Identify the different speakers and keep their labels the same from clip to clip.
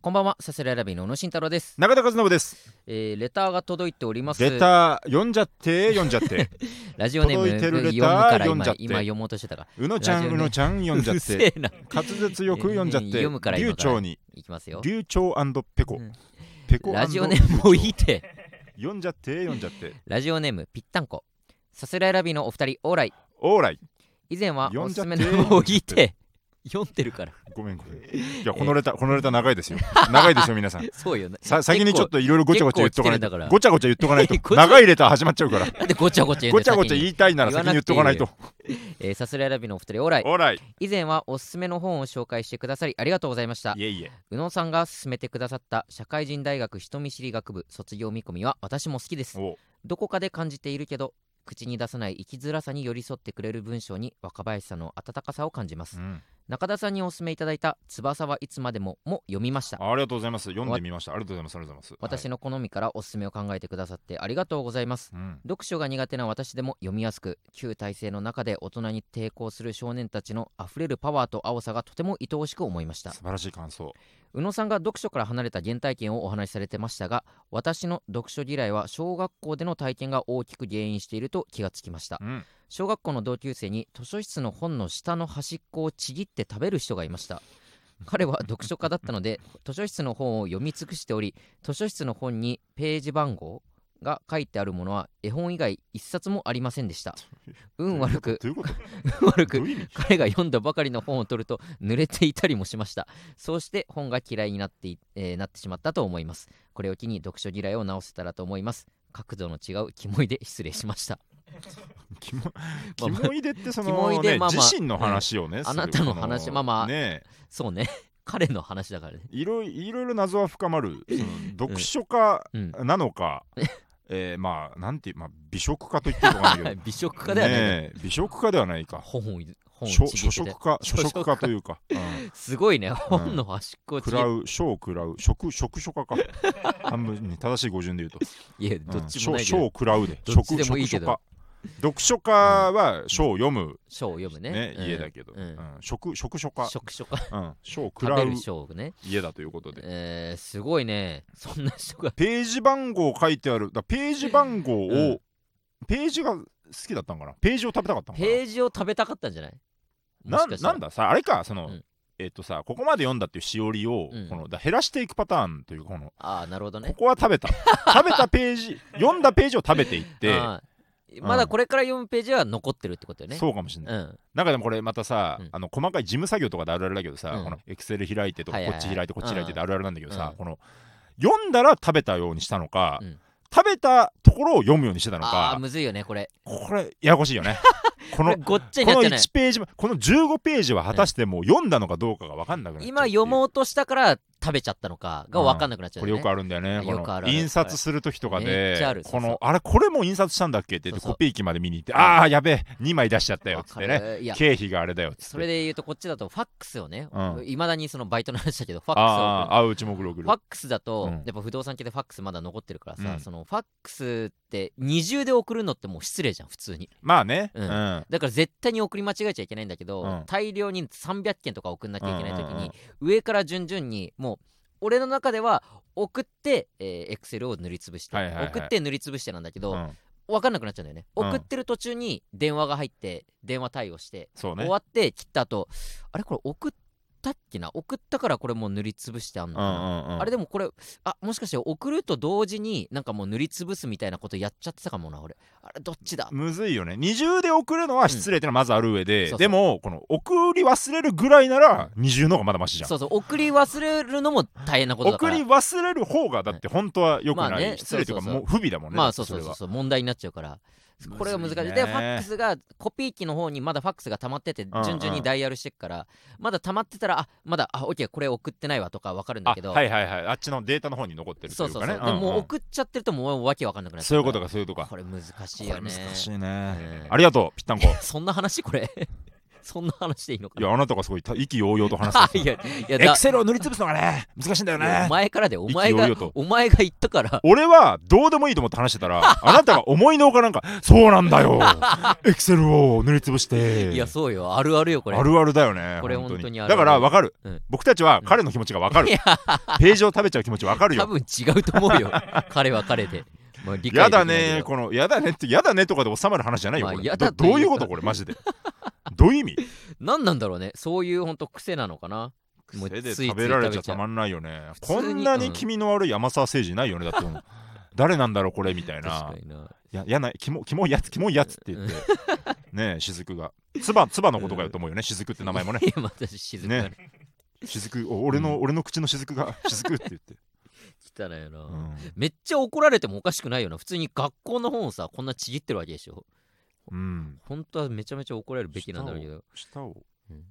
Speaker 1: こんばんは、サスライラビーの小野慎太郎です、
Speaker 2: 中田和信です。
Speaker 1: えー。レターが届いております。
Speaker 2: レター読んじゃって読んじ ゃって。
Speaker 1: ラジオネーム
Speaker 2: 届いてるレター
Speaker 1: 読むから
Speaker 2: 読ん
Speaker 1: 今
Speaker 2: じゃって
Speaker 1: 今読もうとしてたから。
Speaker 2: うのちゃ
Speaker 1: ラジオ
Speaker 2: ん
Speaker 1: ね
Speaker 2: うのちゃん読んじゃ
Speaker 1: う
Speaker 2: っ
Speaker 1: る
Speaker 2: て。
Speaker 1: せえな。
Speaker 2: 滑舌よく読んじゃっ
Speaker 1: えー
Speaker 2: て
Speaker 1: 読むから。今
Speaker 2: 流
Speaker 1: から
Speaker 2: 暢に
Speaker 1: いきますよ。
Speaker 2: 流暢ペコ
Speaker 1: うん。
Speaker 2: ペコ
Speaker 1: ラジオネームもういいって。
Speaker 2: 読んじゃって読んじゃって。
Speaker 1: ラジオネームぴったんこ。サスライラビーのお二人、オーライ。
Speaker 2: オーライ。
Speaker 1: 以前は
Speaker 2: 読
Speaker 1: お
Speaker 2: ん
Speaker 1: す
Speaker 2: じゃ
Speaker 1: す
Speaker 2: って
Speaker 1: めのもういいって。読んでるから。
Speaker 2: ごめんごめん。いやこのレターこのレター長いですよ。長いですよ皆さん。
Speaker 1: そうよね。
Speaker 2: さ先にちょっといろいろごちゃごちゃ言っとかない
Speaker 1: 結構来てるんだから
Speaker 2: と。ごちゃごちゃ言っとかな い
Speaker 1: ごちゃ
Speaker 2: と。長いレター始まっちゃうから。
Speaker 1: なんでごちゃごちゃ言うん
Speaker 2: ご
Speaker 1: だ
Speaker 2: ちゃ
Speaker 1: よ
Speaker 2: ごちゃ言いたいなら
Speaker 1: 先
Speaker 2: 先
Speaker 1: に
Speaker 2: に言っとかないと。
Speaker 1: 先にえーサスライラビーのお二人、オーライ
Speaker 2: オ。ーライ。
Speaker 1: 以前はおすすめの本を紹介してくださりありがとうございました。
Speaker 2: いえいえ。
Speaker 1: 宇野さんが勧めてくださった社会人大学人見知り学部卒業見込みは私も好きです
Speaker 2: おう
Speaker 1: どこかで感じているけど口に出さない生きづらさに寄り添ってくれる文章に若林さんの温かさを感じます、
Speaker 2: うん
Speaker 1: 中田さんにお勧めいただいた「翼はいつまでも」も読みました
Speaker 2: ありがとうございます。読んでみました。ありがとうございます。ありがとうございます。
Speaker 1: 私の好みからおすすめを考えてくださってありがとうございます
Speaker 2: はい。うん
Speaker 1: 読書が苦手な私でも読みやすく旧体制の中で大人に抵抗する少年たちのあふれるパワーと青さがとても愛おしく思いました
Speaker 2: 素晴らしい感想。
Speaker 1: 宇野さんが読書から離れた原体験をお話しされてましたが私の読書嫌いは小学校での体験が大きく原因していると気がつきました
Speaker 2: うん。
Speaker 1: 小学校の同級生に図書室の本の下の端っこをちぎって食べる人がいま した彼は読書家だったので図書室の本を読み尽くしており図書室の本にページ番号が書いてあるものは絵本以外一冊もありませんでした運悪く
Speaker 2: どういうこと
Speaker 1: 運悪
Speaker 2: ど
Speaker 1: く
Speaker 2: う いう意味
Speaker 1: 彼が読んだばかりの本を取ると濡れていたりもしましたそうして本が嫌いになってい、えーなってしまったと思いますこれを機に読書嫌いを直せたらと思います角度の違うキモいで失礼しました
Speaker 2: キモ
Speaker 1: まあ
Speaker 2: キモいでってそ
Speaker 1: キモい
Speaker 2: の、
Speaker 1: で
Speaker 2: ね
Speaker 1: まあまあ
Speaker 2: 自身の話をね、
Speaker 1: ん
Speaker 2: する
Speaker 1: あなたの話
Speaker 2: こ
Speaker 1: まあまあ
Speaker 2: ね
Speaker 1: そうね 彼の話だからね
Speaker 2: いろいいろいろ謎は深まる その読書家
Speaker 1: うん
Speaker 2: なの か、えーまあなんていうまあ美食家と言ってもいい
Speaker 1: 美食
Speaker 2: けど
Speaker 1: 家ではない、
Speaker 2: ね美食家ではないか
Speaker 1: 本を本を
Speaker 2: 書
Speaker 1: ちぎ
Speaker 2: 書
Speaker 1: って
Speaker 2: 食
Speaker 1: て
Speaker 2: 家
Speaker 1: 書
Speaker 2: 書
Speaker 1: 食家
Speaker 2: 食家というか、 うん
Speaker 1: すごいね本の端っこをち
Speaker 2: 食
Speaker 1: ぎっ
Speaker 2: らう書を食らう食食書家か 半分に正しい語順で言うと
Speaker 1: いや
Speaker 2: うん
Speaker 1: どっち
Speaker 2: 書
Speaker 1: もないけ
Speaker 2: 書
Speaker 1: ど
Speaker 2: を食らうで
Speaker 1: どっ
Speaker 2: 食
Speaker 1: ちでもいいけど
Speaker 2: 書家読書家は書を読む、
Speaker 1: 書を読むね
Speaker 2: ね
Speaker 1: うん
Speaker 2: 家だけど、
Speaker 1: う
Speaker 2: うんん食食書家
Speaker 1: 食書家
Speaker 2: うん、書を食
Speaker 1: 食
Speaker 2: ら
Speaker 1: べ
Speaker 2: う
Speaker 1: る書をね、
Speaker 2: 家だということで。
Speaker 1: えー、すごいねそんな人が
Speaker 2: ページ番号書いてある。だページ番号を、
Speaker 1: うん
Speaker 2: ページが好きだったんかなページを食べたかったんか
Speaker 1: ページを食べたかったんじゃないも
Speaker 2: な
Speaker 1: し
Speaker 2: な
Speaker 1: かしたら
Speaker 2: なんださ、あれか、その、
Speaker 1: うん
Speaker 2: えっとさ、ここまで読んだっていうしおりを、
Speaker 1: うん
Speaker 2: このだ減らしていくパターンというかこの、
Speaker 1: ああなるほど
Speaker 2: こ
Speaker 1: ね
Speaker 2: こは食べた。食べたページ、読んだページを食べていっ て、
Speaker 1: あー
Speaker 2: うん
Speaker 1: まだこれから読むページは残ってるってことよね
Speaker 2: そうかもしれない。
Speaker 1: うん
Speaker 2: なんかでもこれまたさ、
Speaker 1: うん
Speaker 2: あの細かい事務作業とかであるあるだけどさ、
Speaker 1: うん
Speaker 2: このエクセル開いてとか、
Speaker 1: はいはいはい
Speaker 2: こっち開いてこっち開いてってあるあるなんだけどさ、
Speaker 1: うん
Speaker 2: この読んだら食べたようにしたのか、
Speaker 1: うん
Speaker 2: 食べたところを読むようにしてたの
Speaker 1: ああ
Speaker 2: か
Speaker 1: むずいよねこれ
Speaker 2: これややこしいよ ねこ
Speaker 1: こ
Speaker 2: の
Speaker 1: れ
Speaker 2: こ
Speaker 1: ごっちゃになっ
Speaker 2: の
Speaker 1: ちゃない
Speaker 2: 1ページもこの15ページは果たしてもう読んだのかどうかが分かんなくなっちゃう
Speaker 1: 今読もうとしたから食べちゃったのかが分かんなくなっちゃう
Speaker 2: これよく
Speaker 1: あ
Speaker 2: あるんだよね。こ
Speaker 1: よくあるある
Speaker 2: の印刷する時とか
Speaker 1: めっ
Speaker 2: で
Speaker 1: ちゃある、そうそう
Speaker 2: このあれこれも印刷したんだっけって言っ
Speaker 1: そ
Speaker 2: て
Speaker 1: うそう
Speaker 2: コピー機まで見に行って、ああやべえ2枚出しちゃったよっつってね。
Speaker 1: いや
Speaker 2: 経費があれだよっつって。
Speaker 1: それで言うとこっちだとファックスをね
Speaker 2: うん
Speaker 1: いまだにそのバイトの話だけどファックスを
Speaker 2: あー
Speaker 1: 送る
Speaker 2: あーうちも送る送る
Speaker 1: ファックスだと
Speaker 2: うん
Speaker 1: やっぱ不動産系でファックスまだ残ってるから
Speaker 2: う
Speaker 1: さ
Speaker 2: ん
Speaker 1: そのファックスって二重で送るのってもう失礼じゃん普通に
Speaker 2: まあね、
Speaker 1: うん
Speaker 2: うん
Speaker 1: だから絶対に送り間違えちゃいけないんだけど、
Speaker 2: うん
Speaker 1: 大量に300件とか送んなきゃいけない時に、
Speaker 2: うんうんうん
Speaker 1: 上から順々にもう俺の中では送って、えー、エクセルを塗りつぶして、
Speaker 2: はいはいはい
Speaker 1: 送って塗りつぶしてなんだけど、
Speaker 2: う
Speaker 1: わ
Speaker 2: ん
Speaker 1: 分かんなくなっちゃうんだよね、
Speaker 2: うん
Speaker 1: 送ってる途中に電話が入って電話対応して、
Speaker 2: そうね
Speaker 1: 終わって切った後あれこれ送ったっけな送ったからこれもう塗りつぶしてあんのかな、
Speaker 2: うんうんうん
Speaker 1: あれでもこれあもしかして送ると同時になんかもう塗りつぶすみたいなことやっちゃってたかもな俺あれどっちだ
Speaker 2: むずいよね二重で送るのは失礼ってのはまずある上で、
Speaker 1: うんそうそう
Speaker 2: でもこの送り忘れるぐらいなら二重の方がまだマシじゃん
Speaker 1: そうそう送り忘れるのも大変なことだか
Speaker 2: 送
Speaker 1: ら
Speaker 2: り忘れる方がだって本当は良くない、
Speaker 1: まあね
Speaker 2: 失礼というか
Speaker 1: そうそうそう
Speaker 2: もう不備だもんね
Speaker 1: ま
Speaker 2: だ
Speaker 1: あ
Speaker 2: って
Speaker 1: そうそうそう
Speaker 2: れは
Speaker 1: そう問題になっちゃうからこれが難しい
Speaker 2: むずいね
Speaker 1: でファックスがコピー機の方にまだファックスが溜まってて
Speaker 2: んうん
Speaker 1: 順々にダイヤルしてっから、まだ溜まってたらあまだあオッケーこれ送ってないわとかわかるんだけど、
Speaker 2: あはいはいはいあっちのデータの方に残ってる
Speaker 1: そ
Speaker 2: と
Speaker 1: う
Speaker 2: いう
Speaker 1: そ
Speaker 2: か
Speaker 1: うそう、
Speaker 2: ね
Speaker 1: でももう
Speaker 2: 送
Speaker 1: 送っちゃってるともうわけわかんなくなっち
Speaker 2: そ
Speaker 1: ゃ
Speaker 2: ういううこと
Speaker 1: か
Speaker 2: かそういうこと
Speaker 1: ら
Speaker 2: か
Speaker 1: これ難しい
Speaker 2: こ
Speaker 1: よ
Speaker 2: れ
Speaker 1: ね
Speaker 2: 難しいね、
Speaker 1: うん
Speaker 2: ありがとうぴったんこ
Speaker 1: そんな話これ そんな話でいいのか
Speaker 2: い
Speaker 1: な
Speaker 2: やあなたがすごいた意気揚々と話すんです
Speaker 1: いやい
Speaker 2: よ
Speaker 1: や
Speaker 2: エ
Speaker 1: だ
Speaker 2: クセルを塗りつぶすのがね難しいんだよ
Speaker 1: いや
Speaker 2: ね
Speaker 1: お前からでお
Speaker 2: 意気
Speaker 1: 前
Speaker 2: 揚
Speaker 1: が
Speaker 2: 々と
Speaker 1: お前が言ったから
Speaker 2: 俺はどうでもいいと思って話してたら あなたが思いのほかなんかそうなんだよエクセルを塗りつぶして
Speaker 1: いやそうよあるあるよこれ
Speaker 2: あるあるだよね
Speaker 1: これ
Speaker 2: 本当
Speaker 1: 本
Speaker 2: に
Speaker 1: 当にあるあ
Speaker 2: だ
Speaker 1: る
Speaker 2: からわかる、
Speaker 1: うん
Speaker 2: 僕たちは彼の気持ちがわかる、ページを食べちゃう気持ちわかる
Speaker 1: 多
Speaker 2: よ
Speaker 1: 分違うと 思うよ彼は彼で、まあ、理解できな
Speaker 2: やだ
Speaker 1: いけど
Speaker 2: ねこのやだねってやだねとかで収まる話じゃないよ、
Speaker 1: まあ
Speaker 2: これ
Speaker 1: やだ
Speaker 2: ど
Speaker 1: という
Speaker 2: どういうこと
Speaker 1: か
Speaker 2: これマジでどういう意味
Speaker 1: 何なんだろうねそういう本当癖なのかなもう
Speaker 2: 癖で
Speaker 1: ついつい
Speaker 2: 食べられち
Speaker 1: 食
Speaker 2: ゃ
Speaker 1: べちゃ
Speaker 2: た
Speaker 1: う
Speaker 2: まんないよね
Speaker 1: 普通
Speaker 2: こ
Speaker 1: に
Speaker 2: んな
Speaker 1: う
Speaker 2: に
Speaker 1: ん
Speaker 2: 気味の悪い山沢誠治ないよねだってもう誰なんだろうこれみたい
Speaker 1: 確
Speaker 2: な
Speaker 1: かにな
Speaker 2: ややなキモキモいやつキモいやつって 言ってねえ雫がつばつばのことかよと思うよね雫って名前もね
Speaker 1: いやまた静かに
Speaker 2: ね雫お俺の、
Speaker 1: う
Speaker 2: 俺の口の雫が雫って言って、
Speaker 1: 来たらよな、
Speaker 2: うん
Speaker 1: めっちゃ怒られてもおかしくないよな普通に学校の本をさこんなちぎってるわけでしょ
Speaker 2: うん、
Speaker 1: 本当はめちゃめちゃ怒られるべきなんだろうけど
Speaker 2: 舌を
Speaker 1: うん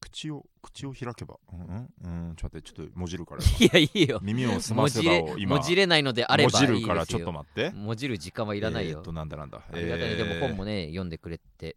Speaker 2: 口を口を開けば、うんうんうん、ちょっと待ってちょっともじるから
Speaker 1: いやいいよ
Speaker 2: 耳を澄ま
Speaker 1: も
Speaker 2: せ
Speaker 1: じ
Speaker 2: ば
Speaker 1: れ
Speaker 2: を今
Speaker 1: もじれないのであればいいです
Speaker 2: も
Speaker 1: よ
Speaker 2: じるからちょっと待って
Speaker 1: もじる時間はいらない
Speaker 2: えー
Speaker 1: よ
Speaker 2: っ、となんだなんだ
Speaker 1: ありがたいねでも本も
Speaker 2: ね
Speaker 1: ね読んでくれて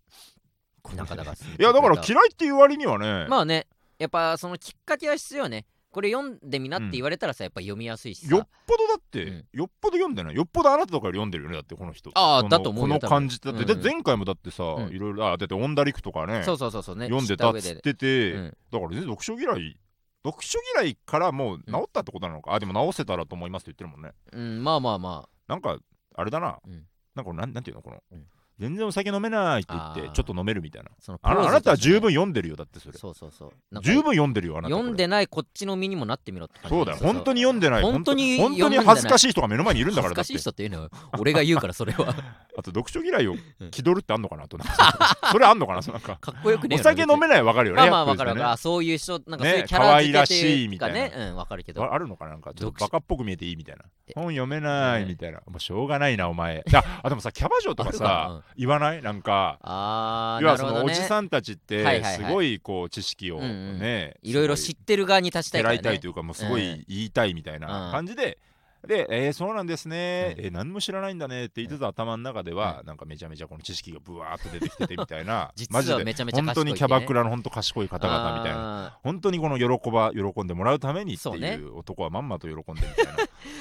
Speaker 1: なかなか
Speaker 2: いやだから嫌いっていう割にはね、
Speaker 1: まあねやっぱそのきっかけは必要ねこれ読んでみなって言われたらさ、やっぱ読みやすいしさ
Speaker 2: よっぽどだって、
Speaker 1: うん
Speaker 2: よっぽど読んでないよっぽどあなたとかより読んでるよねだってこの人
Speaker 1: あー
Speaker 2: その
Speaker 1: だと思うよ
Speaker 2: この
Speaker 1: 多分
Speaker 2: 感じだって、
Speaker 1: うんうん
Speaker 2: で前回もだってさ、
Speaker 1: うん
Speaker 2: いろいろあだってオンダリクとかね
Speaker 1: そうそうそうそうね
Speaker 2: 読んでたっ
Speaker 1: 知
Speaker 2: つっ
Speaker 1: った
Speaker 2: てて、
Speaker 1: 上で、うん
Speaker 2: だから全然読書嫌い読書嫌いからもう治ったってことなのか、あでも治せたらと思いますって言ってるもんね
Speaker 1: うん、まあまあま
Speaker 2: なんかあれだな、
Speaker 1: うん
Speaker 2: なんかこれなんなんていうのこの、
Speaker 1: うん
Speaker 2: 全然お酒飲めないって言っ
Speaker 1: あ
Speaker 2: て
Speaker 1: ー
Speaker 2: ちょっと飲めるみたいな
Speaker 1: あその
Speaker 2: あ
Speaker 1: ポー
Speaker 2: な
Speaker 1: ズ
Speaker 2: あなたは
Speaker 1: としてね
Speaker 2: 十分読んでるよだってそれ
Speaker 1: そうそうそうなんか
Speaker 2: 十分読んでるよあなたこれ
Speaker 1: 読んでないこっちの身にもなってみろって感じ
Speaker 2: そうだよ本当に読んでない
Speaker 1: 本当に
Speaker 2: 本当に
Speaker 1: 読んでない
Speaker 2: 恥ずかしい人が目の前にいるんだ
Speaker 1: 恥ずか
Speaker 2: からだ っ
Speaker 1: してい人っていうのは俺が言うからそれは
Speaker 2: あと読書嫌いを
Speaker 1: うん
Speaker 2: 気取るってあんのかなとなんか それあんのかなそのなんか
Speaker 1: かっこよくねえ
Speaker 2: お
Speaker 1: よ
Speaker 2: 酒飲めないわかるよね
Speaker 1: まあまあわ
Speaker 2: ヤクル
Speaker 1: か
Speaker 2: ト
Speaker 1: る
Speaker 2: ね
Speaker 1: わかるあそういう人なんか
Speaker 2: ね
Speaker 1: そういうキャラ付け
Speaker 2: 可愛ら
Speaker 1: と
Speaker 2: しいみ
Speaker 1: うか
Speaker 2: たいな
Speaker 1: ねうんわかるけど
Speaker 2: ああるのかななんかちょっ
Speaker 1: 読
Speaker 2: と
Speaker 1: 書
Speaker 2: バカっぽく見えていいみたいな
Speaker 1: え
Speaker 2: 本読めない
Speaker 1: ね
Speaker 2: みたいなもうしょうがないなお前 ああでもさキャバ嬢と
Speaker 1: あ
Speaker 2: か
Speaker 1: るかなう
Speaker 2: さ
Speaker 1: ん
Speaker 2: 言わないなんか
Speaker 1: あー
Speaker 2: 要
Speaker 1: なる
Speaker 2: はそ
Speaker 1: ほ
Speaker 2: の
Speaker 1: ど
Speaker 2: お
Speaker 1: ね
Speaker 2: じさんたちっ
Speaker 1: はい
Speaker 2: て
Speaker 1: はいはい
Speaker 2: すごいこう知識を
Speaker 1: うんうん
Speaker 2: ね
Speaker 1: いろいろ知ってる側に立ちたい
Speaker 2: て
Speaker 1: からら
Speaker 2: いたい
Speaker 1: ね
Speaker 2: というかもうすごい言いたいみたいな感じででえーそうなんですね
Speaker 1: うん
Speaker 2: えー何も知らないんだねって言ってた頭の中ではなんかめちゃめちゃこの知識がブワーっと出てきててみたいな
Speaker 1: 実
Speaker 2: マジ
Speaker 1: は
Speaker 2: で
Speaker 1: めちゃめちゃ
Speaker 2: 本
Speaker 1: 賢い
Speaker 2: 当にキャバクラの本当賢い方々みたいな
Speaker 1: な
Speaker 2: 本当にこの喜ば喜んでもらうためにって
Speaker 1: そうね
Speaker 2: いう男はまんまと喜んでみたいな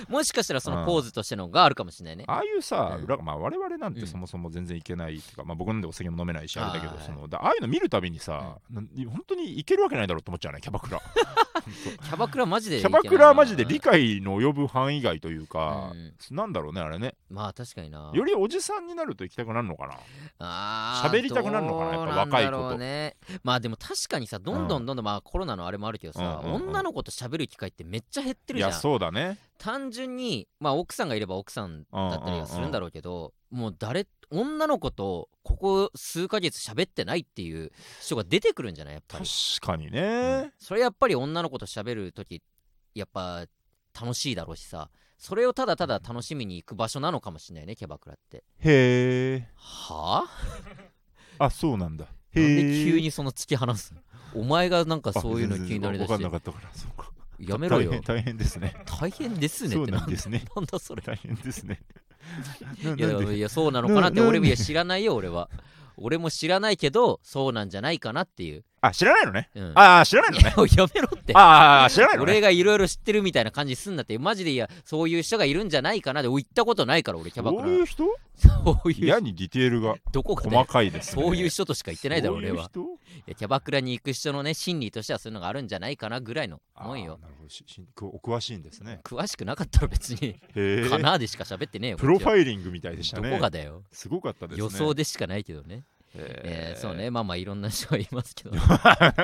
Speaker 1: もしかしたらそのポーズとしてのがあるかもしれないね
Speaker 2: ああいうさ、
Speaker 1: うん
Speaker 2: 裏がまあ我々なん
Speaker 1: う
Speaker 2: て
Speaker 1: ん
Speaker 2: そもそも全然いけないっていうか、まあ、僕なんでお酒も飲めないしあれだけ
Speaker 1: あ
Speaker 2: ど
Speaker 1: ー
Speaker 2: そのだああいうの見るたびにさ、なん本当にいけるわけないだろうと思っちゃうねキャバクラ
Speaker 1: キャバクラマジ で
Speaker 2: キ
Speaker 1: いけ
Speaker 2: ャ
Speaker 1: ないな
Speaker 2: バクラはマジで理解の及ぶ範囲外というか
Speaker 1: う、ん
Speaker 2: なんだろうねあれね
Speaker 1: まあ確かにな
Speaker 2: よりおじさんになると行きたくなるのかな
Speaker 1: あー
Speaker 2: 喋りたくなるのかなやっぱ若いこと
Speaker 1: どうなんだろうねまあでも確かにさどんどんどんどんまあコロナのあれもあるけどさ、
Speaker 2: うんうんうん
Speaker 1: 女の子と喋る機会ってめっちゃ減ってる
Speaker 2: い
Speaker 1: じゃ
Speaker 2: や
Speaker 1: ん
Speaker 2: そうだね
Speaker 1: 単純にまあ奥さんがいれば奥さんだったりはするんだろうけど、もう誰女の子とここ数ヶ月喋ってないっていう人が出てくるんじゃないやっぱ
Speaker 2: 確
Speaker 1: り、
Speaker 2: かにね、
Speaker 1: うんそれやっぱり女の子と喋る時やっぱ楽しいだろうしさそれをただただ楽しみに行く場所なのかもしれないねキャバクラって
Speaker 2: へえ
Speaker 1: はあ
Speaker 2: あそうなんだへ
Speaker 1: なん
Speaker 2: え
Speaker 1: で急にその突き放すのお前がなんかそういうの気になりだ
Speaker 2: 分
Speaker 1: し
Speaker 2: かん
Speaker 1: て
Speaker 2: なかったからそうか
Speaker 1: やめろよ
Speaker 2: 大変大変ですね
Speaker 1: 大変ですね
Speaker 2: そ
Speaker 1: っ
Speaker 2: う
Speaker 1: て
Speaker 2: な
Speaker 1: なん
Speaker 2: ですね
Speaker 1: なんだそれ
Speaker 2: 大変ですね
Speaker 1: いや
Speaker 2: ななんで
Speaker 1: いやそうなのかなって俺も
Speaker 2: ない
Speaker 1: や知らないよ俺は俺も知らないけどそうなんじゃないかなっていう、
Speaker 2: あ知らないのね
Speaker 1: うん、
Speaker 2: ああ知らないのね
Speaker 1: いややめろって
Speaker 2: ああ、知らないの、ね、
Speaker 1: 俺がいろいろ知ってるみたいな感じすんなってマジでいやそういう人がいるんじゃないかなで行ったことないから俺キャバク
Speaker 2: そ
Speaker 1: ラ
Speaker 2: ういう人
Speaker 1: そういう
Speaker 2: 嫌にディテールが
Speaker 1: どこかで
Speaker 2: 細かいです、ね。
Speaker 1: そういう人としか言ってないだろ俺は
Speaker 2: そういう人
Speaker 1: いやキャバクラに行く人のね心理としてはそういうのがあるんじゃないかなぐらいの思いよ
Speaker 2: あーなるほどししお詳しいんですね。
Speaker 1: 詳しくなかったら別に
Speaker 2: へえ
Speaker 1: か。なでしか喋ってねえよ
Speaker 2: プロフ
Speaker 1: イ
Speaker 2: ァイリングみたいでしたね。
Speaker 1: どこがだよ
Speaker 2: すごかったですね。
Speaker 1: 予想でしかないけどねえ
Speaker 2: へー
Speaker 1: ーそう。ねまあまあいろんな人がいますけど
Speaker 2: なんか、
Speaker 1: そ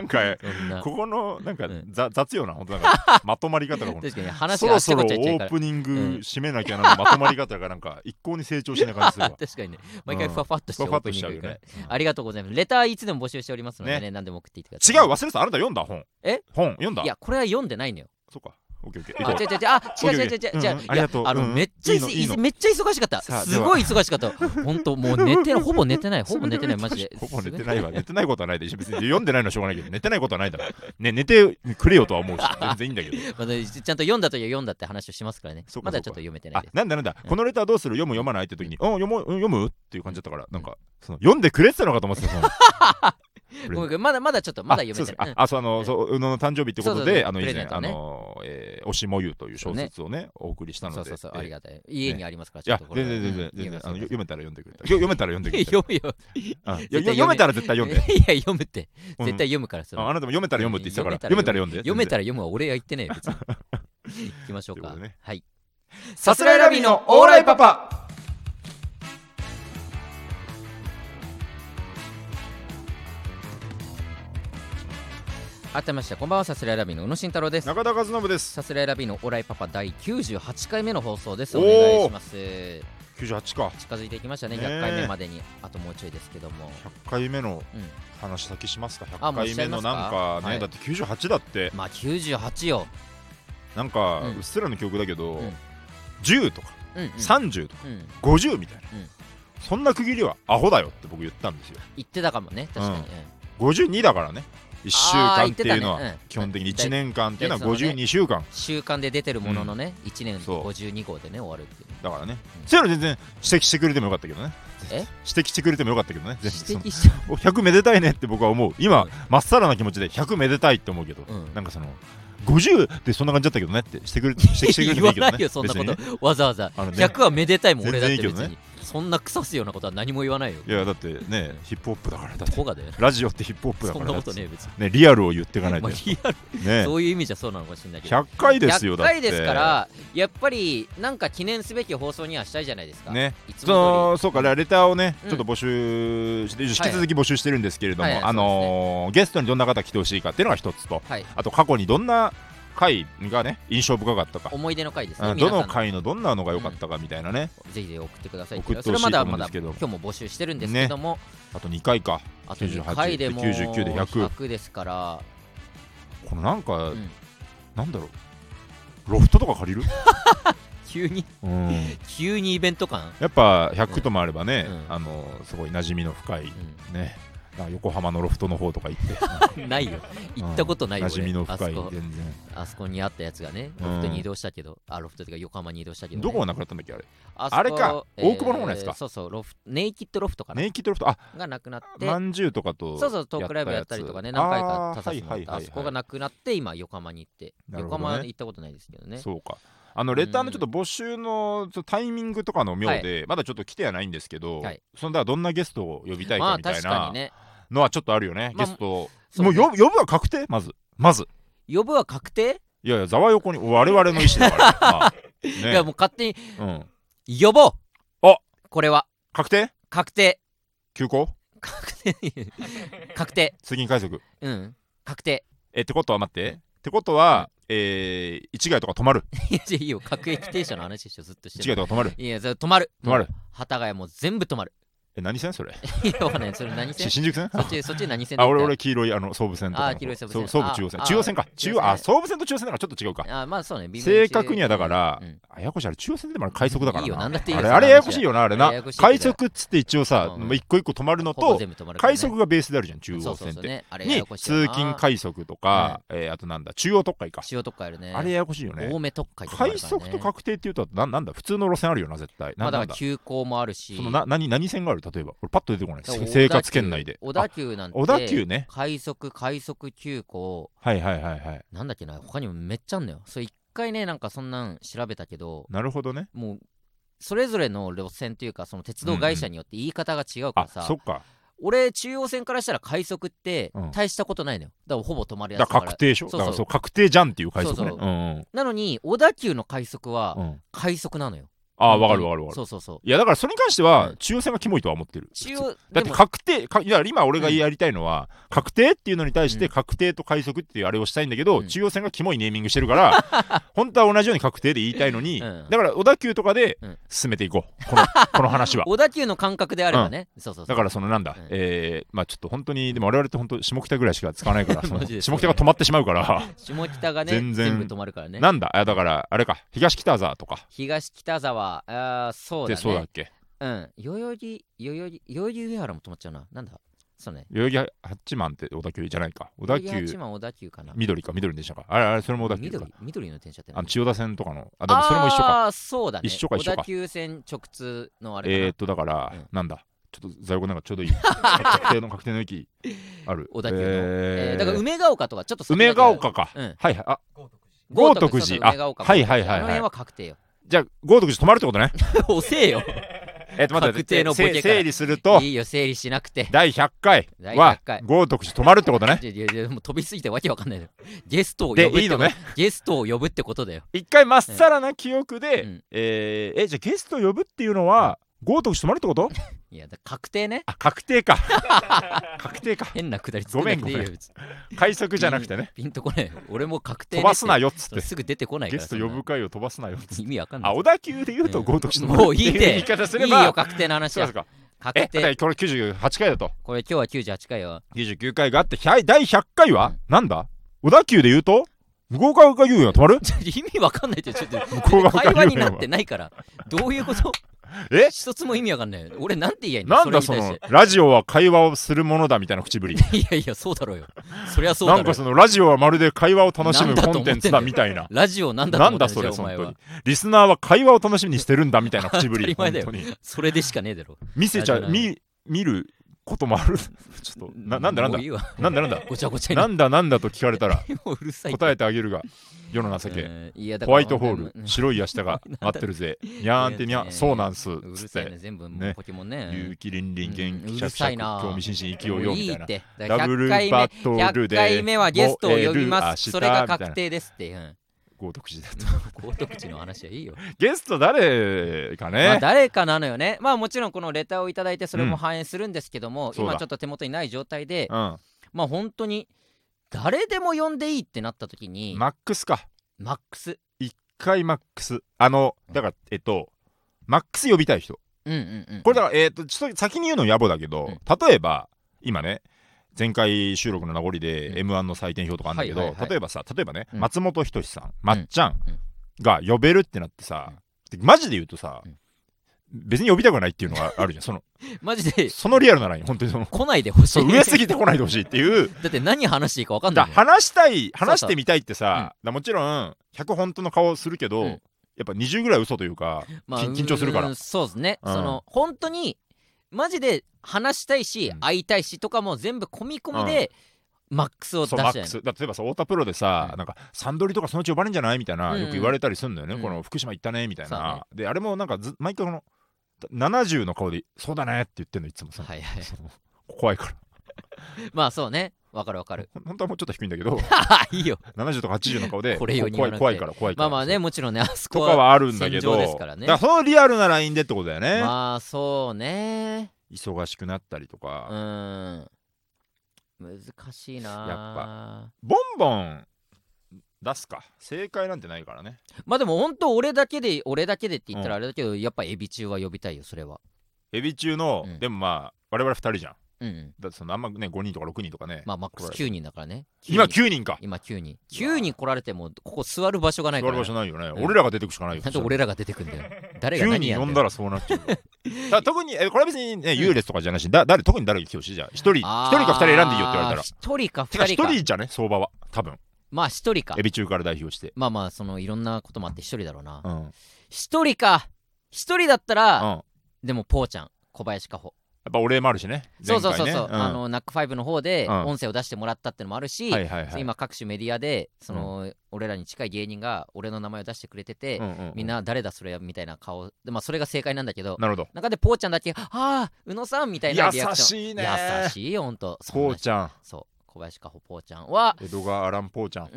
Speaker 1: んな
Speaker 2: ここの、なんか、
Speaker 1: うん
Speaker 2: ざ雑よな、本当なん か、まとまり方がこの。
Speaker 1: 確かに話
Speaker 2: そ
Speaker 1: があ
Speaker 2: ろ
Speaker 1: っち
Speaker 2: そ
Speaker 1: ゃこ
Speaker 2: ろオ
Speaker 1: っちゃいっちゃうか
Speaker 2: ー
Speaker 1: ら
Speaker 2: プニング
Speaker 1: うん。
Speaker 2: 締めなきゃなのまとまり方がなんか一向に成長しない感じするわ
Speaker 1: 確かにね毎回ふわふわっとし
Speaker 2: ふ
Speaker 1: て
Speaker 2: わ
Speaker 1: オ
Speaker 2: ふ
Speaker 1: ー
Speaker 2: わっと
Speaker 1: プ
Speaker 2: し
Speaker 1: ニン
Speaker 2: ちゃ
Speaker 1: グ
Speaker 2: うよ
Speaker 1: から
Speaker 2: ね。
Speaker 1: ありがとうございますレターいつでも募集しておりますのでね
Speaker 2: ね
Speaker 1: 何でも送っていってくださ
Speaker 2: 違、
Speaker 1: いう
Speaker 2: 忘れてた。あなた読んだ本。
Speaker 1: え
Speaker 2: 本読んだ
Speaker 1: いやこれは読んでないのよ
Speaker 2: そうか。オッケーオッケー。
Speaker 1: あ
Speaker 2: 行こ
Speaker 1: 違
Speaker 2: う
Speaker 1: う違う違うあ違う違う違う違う
Speaker 2: うんうん
Speaker 1: 違う
Speaker 2: ありがとう
Speaker 1: いやあの
Speaker 2: うんうん
Speaker 1: めっちゃい
Speaker 2: いいのいい
Speaker 1: す
Speaker 2: の
Speaker 1: めっちゃ忙しかった
Speaker 2: さあ
Speaker 1: すごい忙しかった本当もう寝てないほぼ寝てないほぼ寝てないマジで
Speaker 2: ほぼ寝てないわ。寝てないことはないでしょ。別に読んでないのはしょうがないけど、寝てないことはないだろ。ね、寝てくれよとは思 うし、全然いいんだけど。
Speaker 1: まだちゃんと読んだときは読んだって話をしますからね
Speaker 2: そうか
Speaker 1: まだ
Speaker 2: そうか
Speaker 1: ちょっと読めてな
Speaker 2: あ
Speaker 1: いです、
Speaker 2: なんだなんだ、このレターどうする読む読まないって時に、うん、読む、うん、読むっていう感じだったから、なんか、その読んでくれてたのかと思ってた。そのプレゼント
Speaker 1: ごめんごめんまだまだちょっとまだ
Speaker 2: あ
Speaker 1: 読めて
Speaker 2: そう
Speaker 1: ない
Speaker 2: ですかあ、あそうあ
Speaker 1: う
Speaker 2: の、
Speaker 1: ん
Speaker 2: そう宇野の誕生日ってこと
Speaker 1: そうそう
Speaker 2: で、
Speaker 1: そう
Speaker 2: あの以
Speaker 1: プレゼ
Speaker 2: 前
Speaker 1: ン、ト
Speaker 2: あ
Speaker 1: をね
Speaker 2: の、えー、おしもゆという小説をね、お送りした
Speaker 1: うんそ
Speaker 2: の
Speaker 1: うそ
Speaker 2: で。
Speaker 1: うそう
Speaker 2: えー
Speaker 1: ありがたい家にありますから
Speaker 2: い
Speaker 1: ちょ
Speaker 2: や
Speaker 1: っと、これ
Speaker 2: 全然全然全然、あの
Speaker 1: うん
Speaker 2: 読めたら読んでくれた。読めたら読んでくれた。
Speaker 1: 読むよ
Speaker 2: うんいや
Speaker 1: 対
Speaker 2: 読めたら絶対読ん で。
Speaker 1: いや読むって
Speaker 2: うん
Speaker 1: 絶対読むからそれ
Speaker 2: ああなたも読めたら読むって言ってたから、
Speaker 1: 読
Speaker 2: 読
Speaker 1: め
Speaker 2: め
Speaker 1: た
Speaker 2: た
Speaker 1: ら
Speaker 2: ら読んで。
Speaker 1: 読めた
Speaker 2: ら。
Speaker 1: ら読むは俺が言ってねえよ別に 行きましょう
Speaker 2: という
Speaker 1: か
Speaker 2: ことでね
Speaker 1: はい
Speaker 2: さすらいラビーのオーライパパ
Speaker 1: 改めましてこんばんはさすらいラビーの宇野慎太郎です
Speaker 2: 中田和信です。
Speaker 1: さすらいラビーのオーライパパ第98回目の放送ですお
Speaker 2: おー
Speaker 1: 願いします
Speaker 2: 98か。
Speaker 1: 近づいていきましたね
Speaker 2: ねえ
Speaker 1: 100回目までにあともうちょいですけども
Speaker 2: 100回目の
Speaker 1: うん
Speaker 2: 話先しますか。
Speaker 1: あ
Speaker 2: 100
Speaker 1: もうしちゃ
Speaker 2: 回目
Speaker 1: いま
Speaker 2: の
Speaker 1: すか
Speaker 2: なんか
Speaker 1: は
Speaker 2: ね、
Speaker 1: い
Speaker 2: だって98だって、
Speaker 1: まあ98よ
Speaker 2: なんか
Speaker 1: うん
Speaker 2: うっすらの記憶だけど
Speaker 1: うん、
Speaker 2: 10とか
Speaker 1: うんうん
Speaker 2: 30とか
Speaker 1: うん
Speaker 2: 50みたいな
Speaker 1: うん。
Speaker 2: そんな区切りはアホだよって僕言ったんですよ。
Speaker 1: 言ってたかもね確かに
Speaker 2: うん
Speaker 1: うん
Speaker 2: 52だからね。1週間っていうの
Speaker 1: あー言ってたね
Speaker 2: は
Speaker 1: うん
Speaker 2: 基本的に1年間っていうのは
Speaker 1: だい
Speaker 2: 52週間
Speaker 1: 週間で出てるもののね1年
Speaker 2: そう
Speaker 1: 52号でね終わるっていうね
Speaker 2: だからね
Speaker 1: うん。
Speaker 2: そういうの全然指摘してくれてもよかったけどね。
Speaker 1: え
Speaker 2: 指摘してくれてもよかったけど ね。全部その
Speaker 1: 指摘した
Speaker 2: お100めでたいねって僕は思う今、
Speaker 1: うん
Speaker 2: まっさらな気持ちで100めでたいって思うけど、
Speaker 1: うん
Speaker 2: なんかその50ってそんな感じだったけどねってしてくれ指摘して くれて
Speaker 1: 言
Speaker 2: もい
Speaker 1: わ
Speaker 2: いけどね
Speaker 1: ないよそんなこ
Speaker 2: 別
Speaker 1: と
Speaker 2: にね
Speaker 1: わざわざ
Speaker 2: あのね
Speaker 1: 100はめでたいもん俺だって別
Speaker 2: 全然いい
Speaker 1: にそんな腐すようなことは何も言わないよ
Speaker 2: いやだってねヒップホップだからだって
Speaker 1: こがだよ
Speaker 2: ラジオってヒップホップだか
Speaker 1: そん
Speaker 2: ら
Speaker 1: な
Speaker 2: だ
Speaker 1: こ
Speaker 2: っ
Speaker 1: と
Speaker 2: て
Speaker 1: ねえ別に
Speaker 2: ねリアルを言っていかないと
Speaker 1: まあ
Speaker 2: ね
Speaker 1: リアルそういう意味じゃそうなのかもしれないけど
Speaker 2: 100回ですよ
Speaker 1: 100
Speaker 2: だって
Speaker 1: 回ですからやっぱりなんか記念すべき放送にはしたいじゃないですか
Speaker 2: ね
Speaker 1: いつ
Speaker 2: そ
Speaker 1: も
Speaker 2: のそうかレターをね、
Speaker 1: うん
Speaker 2: ちょっと募集して引き続き募集してるんですけれども、
Speaker 1: はいはい
Speaker 2: あのーゲストにどんな方来てほしいかっていうのが一つと
Speaker 1: 通りはい
Speaker 2: あと過去にどんな回がね印象深かったか、
Speaker 1: 思い出の回です
Speaker 2: う
Speaker 1: ね
Speaker 2: ん
Speaker 1: 皆
Speaker 2: ど
Speaker 1: さん
Speaker 2: の回のどんなのが良かったかみたいなね、
Speaker 1: ぜひぜひ送ってください
Speaker 2: 送ってほしい
Speaker 1: それまだま
Speaker 2: と思うんで
Speaker 1: だ
Speaker 2: すけど
Speaker 1: 今日も募集してるんですけども
Speaker 2: あと2回か
Speaker 1: あと
Speaker 2: 98
Speaker 1: 2回でも
Speaker 2: 99で100
Speaker 1: 100ですから
Speaker 2: このなんか、
Speaker 1: うん
Speaker 2: なんだろうロフトとか借りる、
Speaker 1: 急に
Speaker 2: うん、
Speaker 1: 急にイベント感
Speaker 2: やっぱ100ともあればね、
Speaker 1: うん
Speaker 2: あのすごい馴染みの深い
Speaker 1: うん
Speaker 2: ねなんか横浜のロフトの方とか行って
Speaker 1: ないよ行ったこと ないよ
Speaker 2: 馴染みの
Speaker 1: 俺あ
Speaker 2: 深
Speaker 1: そ
Speaker 2: い
Speaker 1: こ
Speaker 2: 全然
Speaker 1: あそこにあったやつがね、
Speaker 2: うん
Speaker 1: ロフトに移動したけど、あ、ロフトというか横浜に移動したけど、ね、
Speaker 2: どこがなくなったんだっけあれ
Speaker 1: あそこ
Speaker 2: あれか大久保の方のやつか
Speaker 1: そうそう、ロフネイキッドロフトかな、
Speaker 2: ネイキッドロフトあ
Speaker 1: がなくなって、
Speaker 2: まんじゅうとかと
Speaker 1: そうそう、トークライブやったりとかね、何回か出させてもらった、あそこが
Speaker 2: な
Speaker 1: なくなって、今、横浜に行って、
Speaker 2: なるほ
Speaker 1: 横
Speaker 2: どね
Speaker 1: 浜行ったことないですけどね。
Speaker 2: そうかあのレターのちょっと募集のそのタイミングとかの妙で、まだちょっと来てはないんですけど、
Speaker 1: はい
Speaker 2: そんだどんなゲストを呼びたい
Speaker 1: ま
Speaker 2: か
Speaker 1: あ
Speaker 2: みたい
Speaker 1: 確か
Speaker 2: な
Speaker 1: にね、
Speaker 2: のはちょっとあるよね、
Speaker 1: まあ
Speaker 2: ゲストを
Speaker 1: そう
Speaker 2: も
Speaker 1: ね
Speaker 2: う呼ぶ呼ぶは確定まずまず
Speaker 1: 呼ぶは確定、
Speaker 2: いやいや、ざわ横に、我々の意思 だから。まあね
Speaker 1: いやもう勝手
Speaker 2: うん、
Speaker 1: に呼ぼう
Speaker 2: あ
Speaker 1: これは
Speaker 2: 確定
Speaker 1: 確定
Speaker 2: 休校
Speaker 1: 確定確定
Speaker 2: 通勤快速。
Speaker 1: うん確定
Speaker 2: え、ってことは待って。ってことは、えー、一概とか止まる。
Speaker 1: いやいやいいよ各駅停車の話でしょずっとして
Speaker 2: 一
Speaker 1: る
Speaker 2: 概とか止まる。
Speaker 1: いや、それ止まる。
Speaker 2: 止まる
Speaker 1: もう。幡ヶ谷も全部止まる。
Speaker 2: え、何線それ
Speaker 1: いや、わかんない。それ何線
Speaker 2: し新宿線
Speaker 1: そっち、そっち何線だ
Speaker 2: あ、
Speaker 1: った
Speaker 2: 俺、俺、黄色い、あの、総武線とかの。
Speaker 1: あー黄色い総武線
Speaker 2: そう総武中央線。
Speaker 1: あー
Speaker 2: 中央線か
Speaker 1: あ。ー
Speaker 2: 中央、あ、総武線と中央線だからちょっと違うか。
Speaker 1: あ、まあそうね。微妙に違う
Speaker 2: 正確にはだから
Speaker 1: うん、
Speaker 2: あやこしいあれ中央線でもあれ快速だから
Speaker 1: いいよなんだっていいよ
Speaker 2: あれ、
Speaker 1: その話
Speaker 2: あれややこしいよな、あれ
Speaker 1: あ
Speaker 2: な
Speaker 1: れややこしい。けど
Speaker 2: 快速っつって一応さ、
Speaker 1: うん
Speaker 2: まあ一個一個止まるの
Speaker 1: ほぼ
Speaker 2: と、
Speaker 1: 全部止まるからね
Speaker 2: 快速がベースであるじゃん、中央
Speaker 1: そう
Speaker 2: 線
Speaker 1: そう
Speaker 2: っ
Speaker 1: そう
Speaker 2: て。
Speaker 1: ね、あれや
Speaker 2: に
Speaker 1: やこしいよな
Speaker 2: 通勤快速とか、えーあとなんだ、中央特快か。
Speaker 1: 塩特快あるね。
Speaker 2: あれややこしいよね
Speaker 1: 青。梅特快とかもある
Speaker 2: 快
Speaker 1: からね
Speaker 2: 速と確定っていうとななんだ普通の路線あるよな絶対
Speaker 1: ま
Speaker 2: な
Speaker 1: あだか
Speaker 2: なん
Speaker 1: ら
Speaker 2: だ
Speaker 1: 急行もあるし。
Speaker 2: そのな何何線がある例えば俺パッと出てこない
Speaker 1: だから
Speaker 2: 生活圏内で
Speaker 1: 小
Speaker 2: あ
Speaker 1: 田急なんて。
Speaker 2: 小田急。ね
Speaker 1: 快速、快速急行。
Speaker 2: はいはいはいはい
Speaker 1: なんだっけな、他にもめっちゃあんのよ。それ一回ね、なんかそんなん調べたけど、
Speaker 2: なるほどね
Speaker 1: もう、それぞれの路線というか、その鉄道会社によって言い方が違うか
Speaker 2: あ
Speaker 1: らさ、
Speaker 2: そっか
Speaker 1: 俺中央線からしたら快速って
Speaker 2: うん
Speaker 1: 大したことないのよだからほぼ止まるや
Speaker 2: だ
Speaker 1: つだ
Speaker 2: か
Speaker 1: からら
Speaker 2: 確定でしょ
Speaker 1: そうそう
Speaker 2: だからそう確定じゃんっていう快速ね
Speaker 1: そううんそ
Speaker 2: うん
Speaker 1: なのに小田急の快速は
Speaker 2: うん
Speaker 1: 快速なのよ
Speaker 2: あーわかるわかるわかる
Speaker 1: そうそうそう
Speaker 2: いやだからそれに関して
Speaker 1: う
Speaker 2: は
Speaker 1: ん
Speaker 2: 中央線がキモいとは思ってる
Speaker 1: 中央で
Speaker 2: だって
Speaker 1: も
Speaker 2: 確定かいや今俺が
Speaker 1: うん
Speaker 2: やりたいのは、確定っていうのに対し
Speaker 1: う
Speaker 2: て
Speaker 1: ん
Speaker 2: 確定と快速っていうあれをしたいんだけど、
Speaker 1: うん
Speaker 2: 中央線がキモいネーミングしてるから 本当は同じように確定で言いたいのに、
Speaker 1: うん
Speaker 2: だから小田急とかで
Speaker 1: うん
Speaker 2: 進めていこう、このこの話は。
Speaker 1: 小田急の感覚であればね、そうそうそう
Speaker 2: だからそのなんだ、
Speaker 1: うん
Speaker 2: えーまあちょっと本当にでも我々って本当下北ぐらいしか使わないからそ の
Speaker 1: マジでそう
Speaker 2: 下北が止まってしまうから
Speaker 1: 下北がね全
Speaker 2: 全然
Speaker 1: 部止まるから ね
Speaker 2: なんだあだからあれか東北沢とか
Speaker 1: 東北沢あーそう
Speaker 2: で
Speaker 1: だ
Speaker 2: そうだっ
Speaker 1: ね
Speaker 2: け
Speaker 1: うん代々木代々木代々木上原も止まっちゃうななんだそうね
Speaker 2: 代々木八幡って小田急じゃないか小田
Speaker 1: 代々木八
Speaker 2: 急
Speaker 1: 幡小田急かな
Speaker 2: 緑か緑の電車かあれあれそれも小田急か
Speaker 1: 緑緑の電車って
Speaker 2: あ
Speaker 1: 何
Speaker 2: の千代田線とかのあでもそれも一緒か
Speaker 1: あーそうだね
Speaker 2: 一緒か一緒か
Speaker 1: 小田急線直通のあれかな、
Speaker 2: えー、っとだから、
Speaker 1: うん
Speaker 2: なんだちょっと在庫なんかちょうど いい確定の確定の域ある
Speaker 1: 小田急のえ
Speaker 2: え
Speaker 1: ー
Speaker 2: ー
Speaker 1: だから梅ヶ丘とかちょっと先だ
Speaker 2: 梅
Speaker 1: けど
Speaker 2: ヶ丘か、
Speaker 1: うん
Speaker 2: はいはいあ
Speaker 1: 豪
Speaker 2: 豪
Speaker 1: 徳
Speaker 2: 徳
Speaker 1: 寺
Speaker 2: 寺
Speaker 1: そうそう梅ヶ丘
Speaker 2: あはいはい
Speaker 1: あ
Speaker 2: はい
Speaker 1: の
Speaker 2: は
Speaker 1: 辺
Speaker 2: い
Speaker 1: は確定よ
Speaker 2: じゃあ豪徳寺泊まるってことね
Speaker 1: 遅えよ
Speaker 2: えっと待って
Speaker 1: 確定のボケから
Speaker 2: せ整理すると
Speaker 1: いいよ整理しなくて
Speaker 2: 第100回
Speaker 1: 第100
Speaker 2: は
Speaker 1: 回
Speaker 2: 豪徳寺泊まるってことね
Speaker 1: いやいやいやもう飛びすぎてわけわかんないよゲストを呼ぶってこと
Speaker 2: でいいのね
Speaker 1: ゲストを呼ぶってことだよ
Speaker 2: 一回まっさらな記憶で、
Speaker 1: うん
Speaker 2: えーえじゃあゲスト呼ぶっていうのは、豪徳寺泊まるってこと
Speaker 1: いやだから確定ね
Speaker 2: あ確定か 確定か
Speaker 1: 変なくだり作らなくていいよ
Speaker 2: ごめんご快速じゃなくてね
Speaker 1: ピンピンとこないよ俺も確定ね
Speaker 2: 飛
Speaker 1: って
Speaker 2: ばすなよっつって
Speaker 1: すぐ出てこないか
Speaker 2: ゲ
Speaker 1: ら
Speaker 2: スト呼ぶ回を飛ばすなよっつ
Speaker 1: そん
Speaker 2: っ
Speaker 1: な
Speaker 2: て
Speaker 1: 意味わかんな
Speaker 2: あ
Speaker 1: い
Speaker 2: 小田急で言うと
Speaker 1: うん
Speaker 2: 豪徳寺泊まる
Speaker 1: もういい
Speaker 2: って
Speaker 1: っ
Speaker 2: いう言い
Speaker 1: て
Speaker 2: 方す
Speaker 1: い
Speaker 2: れ
Speaker 1: い
Speaker 2: ば
Speaker 1: よ確定の話
Speaker 2: そうです
Speaker 1: は
Speaker 2: かえ
Speaker 1: 確
Speaker 2: だから
Speaker 1: 定
Speaker 2: これ98回だと
Speaker 1: これ今日は98回よ
Speaker 2: 99回があって100第100回は、
Speaker 1: うん
Speaker 2: なんだ小田急で言うと向こう側が言うよ止ま る
Speaker 1: ちょっと 意味わかんないってちょ っと
Speaker 2: 向こう側
Speaker 1: 会
Speaker 2: が
Speaker 1: 話
Speaker 2: 言
Speaker 1: に
Speaker 2: う
Speaker 1: な
Speaker 2: よ
Speaker 1: ってないからどういうこと
Speaker 2: え
Speaker 1: 一つも意味わかんないよ俺なんて言えん
Speaker 2: なんだそのラジオは会話をするものだみたいな口ぶり
Speaker 1: いやいやそうだろうよそりゃそうだ
Speaker 2: な
Speaker 1: ろう
Speaker 2: んか
Speaker 1: よ
Speaker 2: そのラジオはまるで会話を楽しむコンテンツだみたいな。
Speaker 1: ラジオなんだと
Speaker 2: な
Speaker 1: 思
Speaker 2: ん
Speaker 1: った
Speaker 2: だ
Speaker 1: んでし
Speaker 2: そ
Speaker 1: ょ
Speaker 2: れ
Speaker 1: お前
Speaker 2: 本当
Speaker 1: は
Speaker 2: にリスナーは会話を楽しみにしてるんだみた いな口ぶり
Speaker 1: 当たり前だよ
Speaker 2: 本当に
Speaker 1: それでしかねえだろ
Speaker 2: 見せち
Speaker 1: ラ
Speaker 2: ゃ
Speaker 1: ジオな
Speaker 2: うん
Speaker 1: だ
Speaker 2: 見見ることもある ちょっとななんだなん
Speaker 1: も
Speaker 2: だ
Speaker 1: ういいわ
Speaker 2: なんだなんだ
Speaker 1: ごちゃごちゃにな
Speaker 2: な
Speaker 1: っ
Speaker 2: んだなんだと聞かれたら
Speaker 1: てもううるさい
Speaker 2: 答えてあげるが世の情け
Speaker 1: うんいやだか
Speaker 2: ホ
Speaker 1: ら
Speaker 2: ワイトホー
Speaker 1: う
Speaker 2: ル
Speaker 1: ん
Speaker 2: 白い足 下が合ってるぜにゃーんってにゃ
Speaker 1: ね
Speaker 2: んそうなんす
Speaker 1: うる
Speaker 2: つっ
Speaker 1: さいね
Speaker 2: て
Speaker 1: 全部もう
Speaker 2: ね
Speaker 1: ポケモンね
Speaker 2: 勇気凛々元
Speaker 1: うんう
Speaker 2: 気シャ
Speaker 1: る
Speaker 2: キシャ
Speaker 1: さい
Speaker 2: キ
Speaker 1: な
Speaker 2: 興味津々勢い
Speaker 1: も
Speaker 2: よ
Speaker 1: うい
Speaker 2: み
Speaker 1: い
Speaker 2: た
Speaker 1: っ
Speaker 2: いな
Speaker 1: てだから
Speaker 2: ダブル
Speaker 1: 100回
Speaker 2: バ
Speaker 1: 目
Speaker 2: トル
Speaker 1: 100回
Speaker 2: で
Speaker 1: 目はゲストを呼び
Speaker 2: 燃え
Speaker 1: ま
Speaker 2: る
Speaker 1: す
Speaker 2: 明日
Speaker 1: それが
Speaker 2: みたい
Speaker 1: 確
Speaker 2: な
Speaker 1: 定ですってうん
Speaker 2: 豪徳寺だと
Speaker 1: 高徳地の話はいいよ、
Speaker 2: ゲスト誰か
Speaker 1: まあ、
Speaker 2: ね
Speaker 1: 誰かなのよねまあもちろんこのレターをいただいてそれ
Speaker 2: う
Speaker 1: も
Speaker 2: ん
Speaker 1: 反映するんですけども、
Speaker 2: そうだ
Speaker 1: 今ちょっと手元にない状態で
Speaker 2: うん
Speaker 1: まあ本当に誰でも呼んでいいってなった時にマ
Speaker 2: マックスか
Speaker 1: ックス
Speaker 2: 一回マックスあのだからえっとマックス呼びたい人
Speaker 1: うんうんうん
Speaker 2: これだからえっとちょっと先に言うの野暮だけど、
Speaker 1: うん
Speaker 2: 例えば今ね前回収録の名残で
Speaker 1: うん
Speaker 2: m 1の採点表とかあるんだけど、
Speaker 1: はいはいはい
Speaker 2: 例えばさ例えばね、
Speaker 1: うん
Speaker 2: 松本人志さんまっちゃん
Speaker 1: うん
Speaker 2: が呼べるってなってさ、でマジで言うとさ、
Speaker 1: うん
Speaker 2: 別に呼びたくないっていうのが あるじゃんその
Speaker 1: マジで
Speaker 2: そのリアルなライン本当にその
Speaker 1: 来 ないでほし
Speaker 2: そう
Speaker 1: い
Speaker 2: 上すぎてこないでほしいっ ていう
Speaker 1: だって何話していいか分かんない
Speaker 2: だ
Speaker 1: もん
Speaker 2: 話したい
Speaker 1: そう
Speaker 2: 話してみたいってさだからもちろん100本当の顔するけど、
Speaker 1: うん
Speaker 2: やっぱ20ぐらい嘘というか、
Speaker 1: まあ
Speaker 2: 緊緊張するから
Speaker 1: うんそうですね、
Speaker 2: うん
Speaker 1: その本当にマジで話したいし、
Speaker 2: うん
Speaker 1: 会いたいしとかも全部込み込みで、マックスを出し
Speaker 2: そ
Speaker 1: た
Speaker 2: う
Speaker 1: い
Speaker 2: マックスだ例えばさ太田プロでさ、
Speaker 1: うん
Speaker 2: なんかサンドリとかそのうち呼ばれんじゃないみたいな、
Speaker 1: うん
Speaker 2: よく言われたりするんだよね、
Speaker 1: うん
Speaker 2: この福島行ったねみたい
Speaker 1: そうだね
Speaker 2: な、であれもなんかず毎回この70の顔で「そうだね」って言ってんのいつもさ、
Speaker 1: はいはい
Speaker 2: その怖いから
Speaker 1: まあそうねわかるわかる
Speaker 2: ほん本当はもうちょっ と低いんだ けど
Speaker 1: いいよ
Speaker 2: 70とか80の顔で
Speaker 1: これ世に言わ
Speaker 2: 怖
Speaker 1: なくて
Speaker 2: い怖いから怖い
Speaker 1: ま
Speaker 2: から
Speaker 1: あまあねもちろんねあそ
Speaker 2: と
Speaker 1: こ
Speaker 2: か
Speaker 1: は
Speaker 2: はあるんだけ
Speaker 1: 戦場
Speaker 2: ど
Speaker 1: ですからね
Speaker 2: だからそのリアルなラインでってことだよね、
Speaker 1: まあそうね
Speaker 2: 忙しくなったりと
Speaker 1: う
Speaker 2: か、
Speaker 1: ん難しいな
Speaker 2: ボンボン出すか正解なんてないからね
Speaker 1: まあでも本当俺だけで俺だけでって言ったら
Speaker 2: う
Speaker 1: あれだけど、やっぱエビ中は呼びたいよそれは
Speaker 2: エビ中の、
Speaker 1: うん
Speaker 2: でもまあ我々2人じゃん
Speaker 1: うんうん
Speaker 2: だってそのあんまね5人とか6人とかね、
Speaker 1: まあマックス9人だからね
Speaker 2: 今
Speaker 1: 人
Speaker 2: 9人か
Speaker 1: 今9人9人来られてもここ座る場所がな
Speaker 2: 座
Speaker 1: いから
Speaker 2: る
Speaker 1: ね、
Speaker 2: 場所ないよね、
Speaker 1: うん
Speaker 2: 俺らが出てくしかないよ
Speaker 1: なんで俺らが出てくんだ よ。誰が
Speaker 2: 9
Speaker 1: 何や
Speaker 2: 人
Speaker 1: んだよ
Speaker 2: 呼んだらそうな っちゃうだから特にえこれは別にね優劣とかじゃないしだ誰特に誰が来てほしいじゃん1人一
Speaker 1: あー
Speaker 2: 人か2人選んでいいよって言われたら
Speaker 1: 一人か
Speaker 2: てか
Speaker 1: 二
Speaker 2: 1
Speaker 1: 人か。
Speaker 2: 人じゃね相場は多分
Speaker 1: まあ一人か
Speaker 2: エ。ビ中から代表して
Speaker 1: まあまあ、そのいろんなこともあって一人だろうな
Speaker 2: う。ん、うん、
Speaker 1: 一人か。一人だったら、
Speaker 2: やっ
Speaker 1: でも、ポーちゃん、小林かほ。
Speaker 2: ぱお礼もあるしね
Speaker 1: そう
Speaker 2: 前
Speaker 1: そう
Speaker 2: 回ね
Speaker 1: そうそう。
Speaker 2: ん
Speaker 1: あの、ナックファイブの方で
Speaker 2: うん
Speaker 1: 音声を出してもらったってのもあるし
Speaker 2: は、いはいはい
Speaker 1: 今各種メディアで、その、俺らに近い芸人が俺の名前を出してくれてて
Speaker 2: う、んうん
Speaker 1: みんな誰だそれみたいな顔。でまあ、それが正解なんだけど、
Speaker 2: なるほど
Speaker 1: 中でポーちゃんだけ、ああ、宇野さんみたいなリア
Speaker 2: 優
Speaker 1: クション。
Speaker 2: しいね
Speaker 1: 優
Speaker 2: い
Speaker 1: しいよ、ほんと。そんな
Speaker 2: ポーちゃん
Speaker 1: そう小林かほぽーちゃんは
Speaker 2: 江戸川アランポーちゃん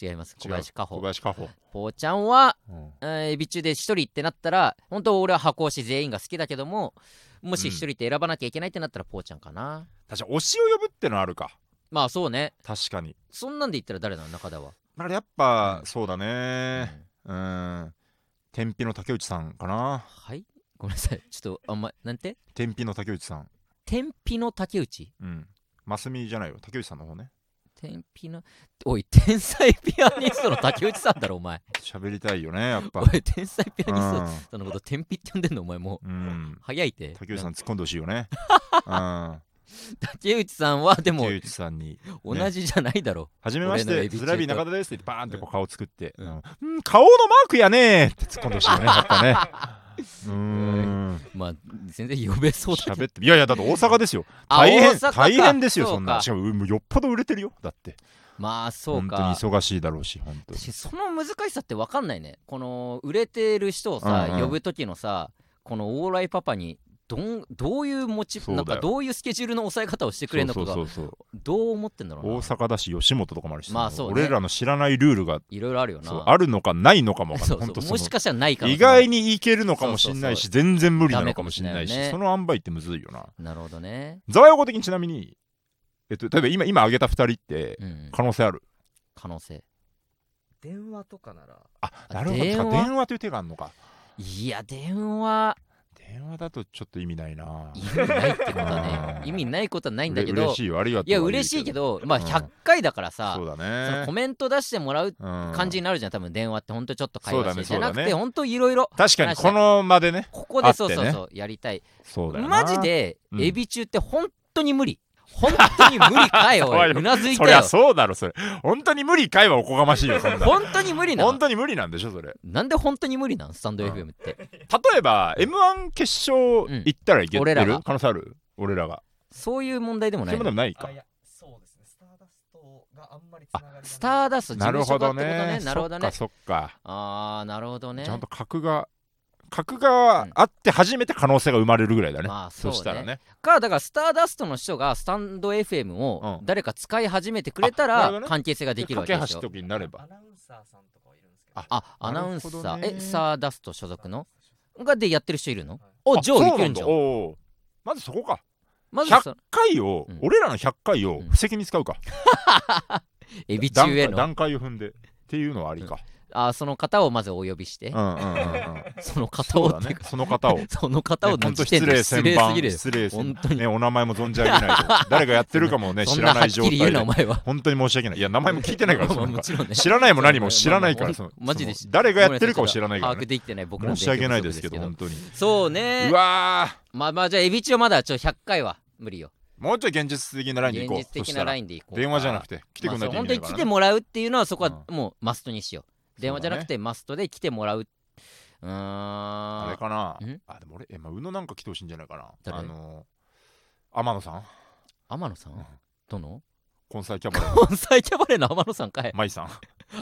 Speaker 1: 違います小林か
Speaker 2: 小
Speaker 1: ほ
Speaker 2: 林かほ、
Speaker 1: ぽーちゃんは、
Speaker 2: うん
Speaker 1: えー、エビ中で一人ってなったら本当俺は箱推し全員が好きだけどももし
Speaker 2: うん
Speaker 1: 一人って選ばなきゃいけないってなったらぽーちゃんかな、
Speaker 2: 確かに推しを呼ぶってのあるか
Speaker 1: まあそうね
Speaker 2: 確かに
Speaker 1: そんなんで言ったら誰なの中田は、
Speaker 2: だからやっぱ、
Speaker 1: うん
Speaker 2: そうだ
Speaker 1: うん
Speaker 2: ねうん天日の竹内さんかな
Speaker 1: はいごめんなさいちょっとあんまなんて
Speaker 2: 天日の竹内さん
Speaker 1: 天日の竹内
Speaker 2: うんマスミじゃないよ竹内さんの方ね
Speaker 1: 天日のおい天才ピアニストの竹内さんだろお前
Speaker 2: 喋りたいよねやっぱ
Speaker 1: おい天才ピアニストさんのこと天日って呼んでんのお前もう
Speaker 2: うん、うん、
Speaker 1: 早いて
Speaker 2: 竹内さん突っ込んでほしいよね、うん、
Speaker 1: 竹内さんはでも
Speaker 2: 竹内さんに
Speaker 1: 同じじゃないだろ
Speaker 2: 「はじめまし
Speaker 1: 俺の
Speaker 2: て
Speaker 1: エビ中
Speaker 2: ス
Speaker 1: と
Speaker 2: ラビー中田です」って言ってバーンってこう顔作って「
Speaker 1: う
Speaker 2: う んん、うん顔のマークやね」って突っ込んでほしいよねやっぱねうーん
Speaker 1: まあ全然呼べそうだけど
Speaker 2: 喋っていやいやだって大阪ですよ
Speaker 1: あ
Speaker 2: 大
Speaker 1: 大
Speaker 2: 変
Speaker 1: 阪か
Speaker 2: 大変ですよそん
Speaker 1: う
Speaker 2: な
Speaker 1: か
Speaker 2: しかももうよっぽど売れてるよだって
Speaker 1: まあそう
Speaker 2: 本当に
Speaker 1: か
Speaker 2: 忙しいだろうし本当に
Speaker 1: 私その難しさって分かんないねこの売れてる人をさ、
Speaker 2: うんうん
Speaker 1: 呼ぶ時のさこのオーライパパにどんどういうモチ
Speaker 2: そうだ
Speaker 1: なん
Speaker 2: よ
Speaker 1: かどういうスケジュールの抑え方をしてくれるのか
Speaker 2: そうそ
Speaker 1: が
Speaker 2: うそう
Speaker 1: どう思ってんだろう
Speaker 2: 大
Speaker 1: な
Speaker 2: 阪だし吉本とかもあるし、
Speaker 1: まあそうね
Speaker 2: 俺らの知らないルールが
Speaker 1: いろいろあるよ
Speaker 2: そう
Speaker 1: な
Speaker 2: あるのかないのかもわか ん
Speaker 1: そ
Speaker 2: な
Speaker 1: うそ
Speaker 2: い
Speaker 1: う
Speaker 2: 本当そ
Speaker 1: もしかしたらないか
Speaker 2: の
Speaker 1: ら
Speaker 2: 意外にいけるのかもしんない
Speaker 1: そ
Speaker 2: し全然無理なのかもしんないし
Speaker 1: ダメかもしんないよね
Speaker 2: その塩梅ってむずいよな
Speaker 1: なるほどね
Speaker 2: 座用語的にちなみにえっと例えば今今挙げた2人って
Speaker 1: うん
Speaker 2: 可能性ある
Speaker 1: 可能性
Speaker 3: 電話とかなら
Speaker 2: あなるほど
Speaker 1: 電
Speaker 2: 電
Speaker 1: 話
Speaker 2: 話電話という手があるのか
Speaker 1: いや電話
Speaker 2: 電話だとちょっと意味ないな
Speaker 1: 意味ないってことはね
Speaker 2: うん
Speaker 1: 意味ないことはないんだけ
Speaker 2: うれ
Speaker 1: ど
Speaker 2: 嬉しいよありがとう
Speaker 1: いや嬉しいけどまあ
Speaker 2: うん
Speaker 1: 100回だからさ、
Speaker 2: そうだ
Speaker 1: その
Speaker 2: ね
Speaker 1: コメント出してもらう
Speaker 2: うん
Speaker 1: 感じになるじゃん多分電話ってほんとちょっと会話して、
Speaker 2: そうだね
Speaker 1: じゃなく
Speaker 2: そう
Speaker 1: て
Speaker 2: だね
Speaker 1: ほんといろいろ
Speaker 2: 確かにこの間でね
Speaker 1: ここでそう
Speaker 2: あって
Speaker 1: そ
Speaker 2: ね
Speaker 1: うそうやりたい、
Speaker 2: そうだよ
Speaker 1: マ
Speaker 2: な
Speaker 1: ジで
Speaker 2: うん
Speaker 1: エビ中ってほんとに無理ほんとに無理か よ
Speaker 2: そう
Speaker 1: おい
Speaker 2: よ
Speaker 1: うなずい
Speaker 2: そ
Speaker 1: た
Speaker 2: りゃ
Speaker 1: よ
Speaker 2: そうだろそれ本当に無理かいはおこがましいよそんな
Speaker 1: ほんとに無理なの
Speaker 2: 本当に無理なんでしょそれ
Speaker 1: なんでほんとに無理なんスタンド
Speaker 2: うん
Speaker 1: FM って
Speaker 2: 例えば m 1決勝行ったらいけ
Speaker 1: うん
Speaker 2: て
Speaker 1: 俺ら
Speaker 2: る
Speaker 1: が
Speaker 2: 可能性ある俺らが
Speaker 1: そういう問題でも
Speaker 2: そ
Speaker 1: な
Speaker 2: れ
Speaker 1: い
Speaker 2: も
Speaker 1: の
Speaker 2: でもないか
Speaker 3: あいやそうですねスターダストがあんまりつながりがない
Speaker 1: スターダスト事
Speaker 2: なる
Speaker 1: 務所
Speaker 2: ほ
Speaker 1: がっ
Speaker 2: ど
Speaker 1: てことね
Speaker 2: ね
Speaker 1: なるほどね
Speaker 2: そっか
Speaker 1: ああなるほど
Speaker 2: そっか
Speaker 1: ね
Speaker 2: ちゃんと格が格があって初めて可能性が生まれるぐらいだね
Speaker 1: まあそう
Speaker 2: そ
Speaker 1: ね
Speaker 2: したらね
Speaker 1: かだからスターダストの人がスタンド FM を
Speaker 2: うん
Speaker 1: 誰か使い始めてくれた
Speaker 2: あなるほ
Speaker 1: ら
Speaker 2: どね
Speaker 1: 関係性ができるわけで
Speaker 2: 架
Speaker 1: し
Speaker 2: け
Speaker 1: ょ
Speaker 2: 橋時になれば
Speaker 3: アナウンサーさんとかはいるんですけど
Speaker 2: あ
Speaker 1: あアナウンサ
Speaker 2: な
Speaker 1: ー
Speaker 2: るほどね
Speaker 1: えスターダスト所属のがでやってる人いるの
Speaker 3: はい
Speaker 1: おじゃあい
Speaker 2: そ
Speaker 1: け
Speaker 2: うな
Speaker 1: るん
Speaker 2: ん
Speaker 1: じ
Speaker 2: だ
Speaker 1: ゃん
Speaker 2: おーまずそこか
Speaker 1: まず
Speaker 2: 100
Speaker 1: その
Speaker 2: 回を
Speaker 1: うん
Speaker 2: 俺らの100回を布石に使うか
Speaker 1: エビ中
Speaker 2: 段
Speaker 1: へ
Speaker 2: 階
Speaker 1: の
Speaker 2: 段階を踏んでっていうのはありか
Speaker 1: あその方をまずお呼びして
Speaker 2: うんうんうんうん
Speaker 1: その方
Speaker 2: そ
Speaker 1: を
Speaker 2: う
Speaker 1: っ
Speaker 2: だ
Speaker 1: ていう
Speaker 2: ね
Speaker 1: か
Speaker 2: その方を
Speaker 1: その方を
Speaker 2: ね
Speaker 1: の
Speaker 2: 本当
Speaker 1: 時点
Speaker 2: 失礼
Speaker 1: で失
Speaker 2: 千
Speaker 1: 礼す
Speaker 2: 番
Speaker 1: ぎる
Speaker 2: 失礼
Speaker 1: 本
Speaker 2: 千
Speaker 1: 当に
Speaker 2: ねお名前も存じ上げないと誰がやってるかも ね
Speaker 1: そ
Speaker 2: 知
Speaker 1: んな
Speaker 2: らな
Speaker 1: はっ
Speaker 2: い状
Speaker 1: き
Speaker 2: 態
Speaker 1: り言う
Speaker 2: で
Speaker 1: なお前は
Speaker 2: 本当に申し訳ないいや名前も聞いてな いからそ
Speaker 1: まあ
Speaker 2: の
Speaker 1: もちろんね
Speaker 2: 知らないも何も知らないか
Speaker 1: まあ
Speaker 2: ら
Speaker 1: ま
Speaker 2: そ
Speaker 1: あ
Speaker 2: の
Speaker 1: マジで
Speaker 2: その誰がやってるかを知らないから
Speaker 1: 把握
Speaker 2: ね
Speaker 1: できてない僕らの
Speaker 2: 申
Speaker 1: 勉
Speaker 2: し
Speaker 1: 強
Speaker 2: 訳ない
Speaker 1: 不
Speaker 2: で
Speaker 1: 足
Speaker 2: すけど本当に
Speaker 1: そうね
Speaker 2: うわ
Speaker 1: まあまあじゃあエビ中はまだちょっと100回は無理よ
Speaker 2: ーもうちょい現実的なラインでい
Speaker 1: 現
Speaker 2: こう
Speaker 1: 実的
Speaker 2: そし
Speaker 1: な
Speaker 2: たら
Speaker 1: ラインでいこうか
Speaker 2: 電話じゃなくて来てくんないと
Speaker 1: まあそう本当
Speaker 2: 意味ない
Speaker 1: に来
Speaker 2: から
Speaker 1: て
Speaker 2: ね
Speaker 1: もらうっていうのはそこはもうマストにしよう電話じゃなくてマストで来てもらううーん
Speaker 2: あれかなんあでも俺えまあ宇野なんか来てほしいんじゃないかな
Speaker 1: 誰
Speaker 2: あのー天野さん
Speaker 1: 天野さんど の
Speaker 2: 根菜キャバレ ーの
Speaker 1: 盆栽キャバレーの天野さんかい
Speaker 2: 舞さん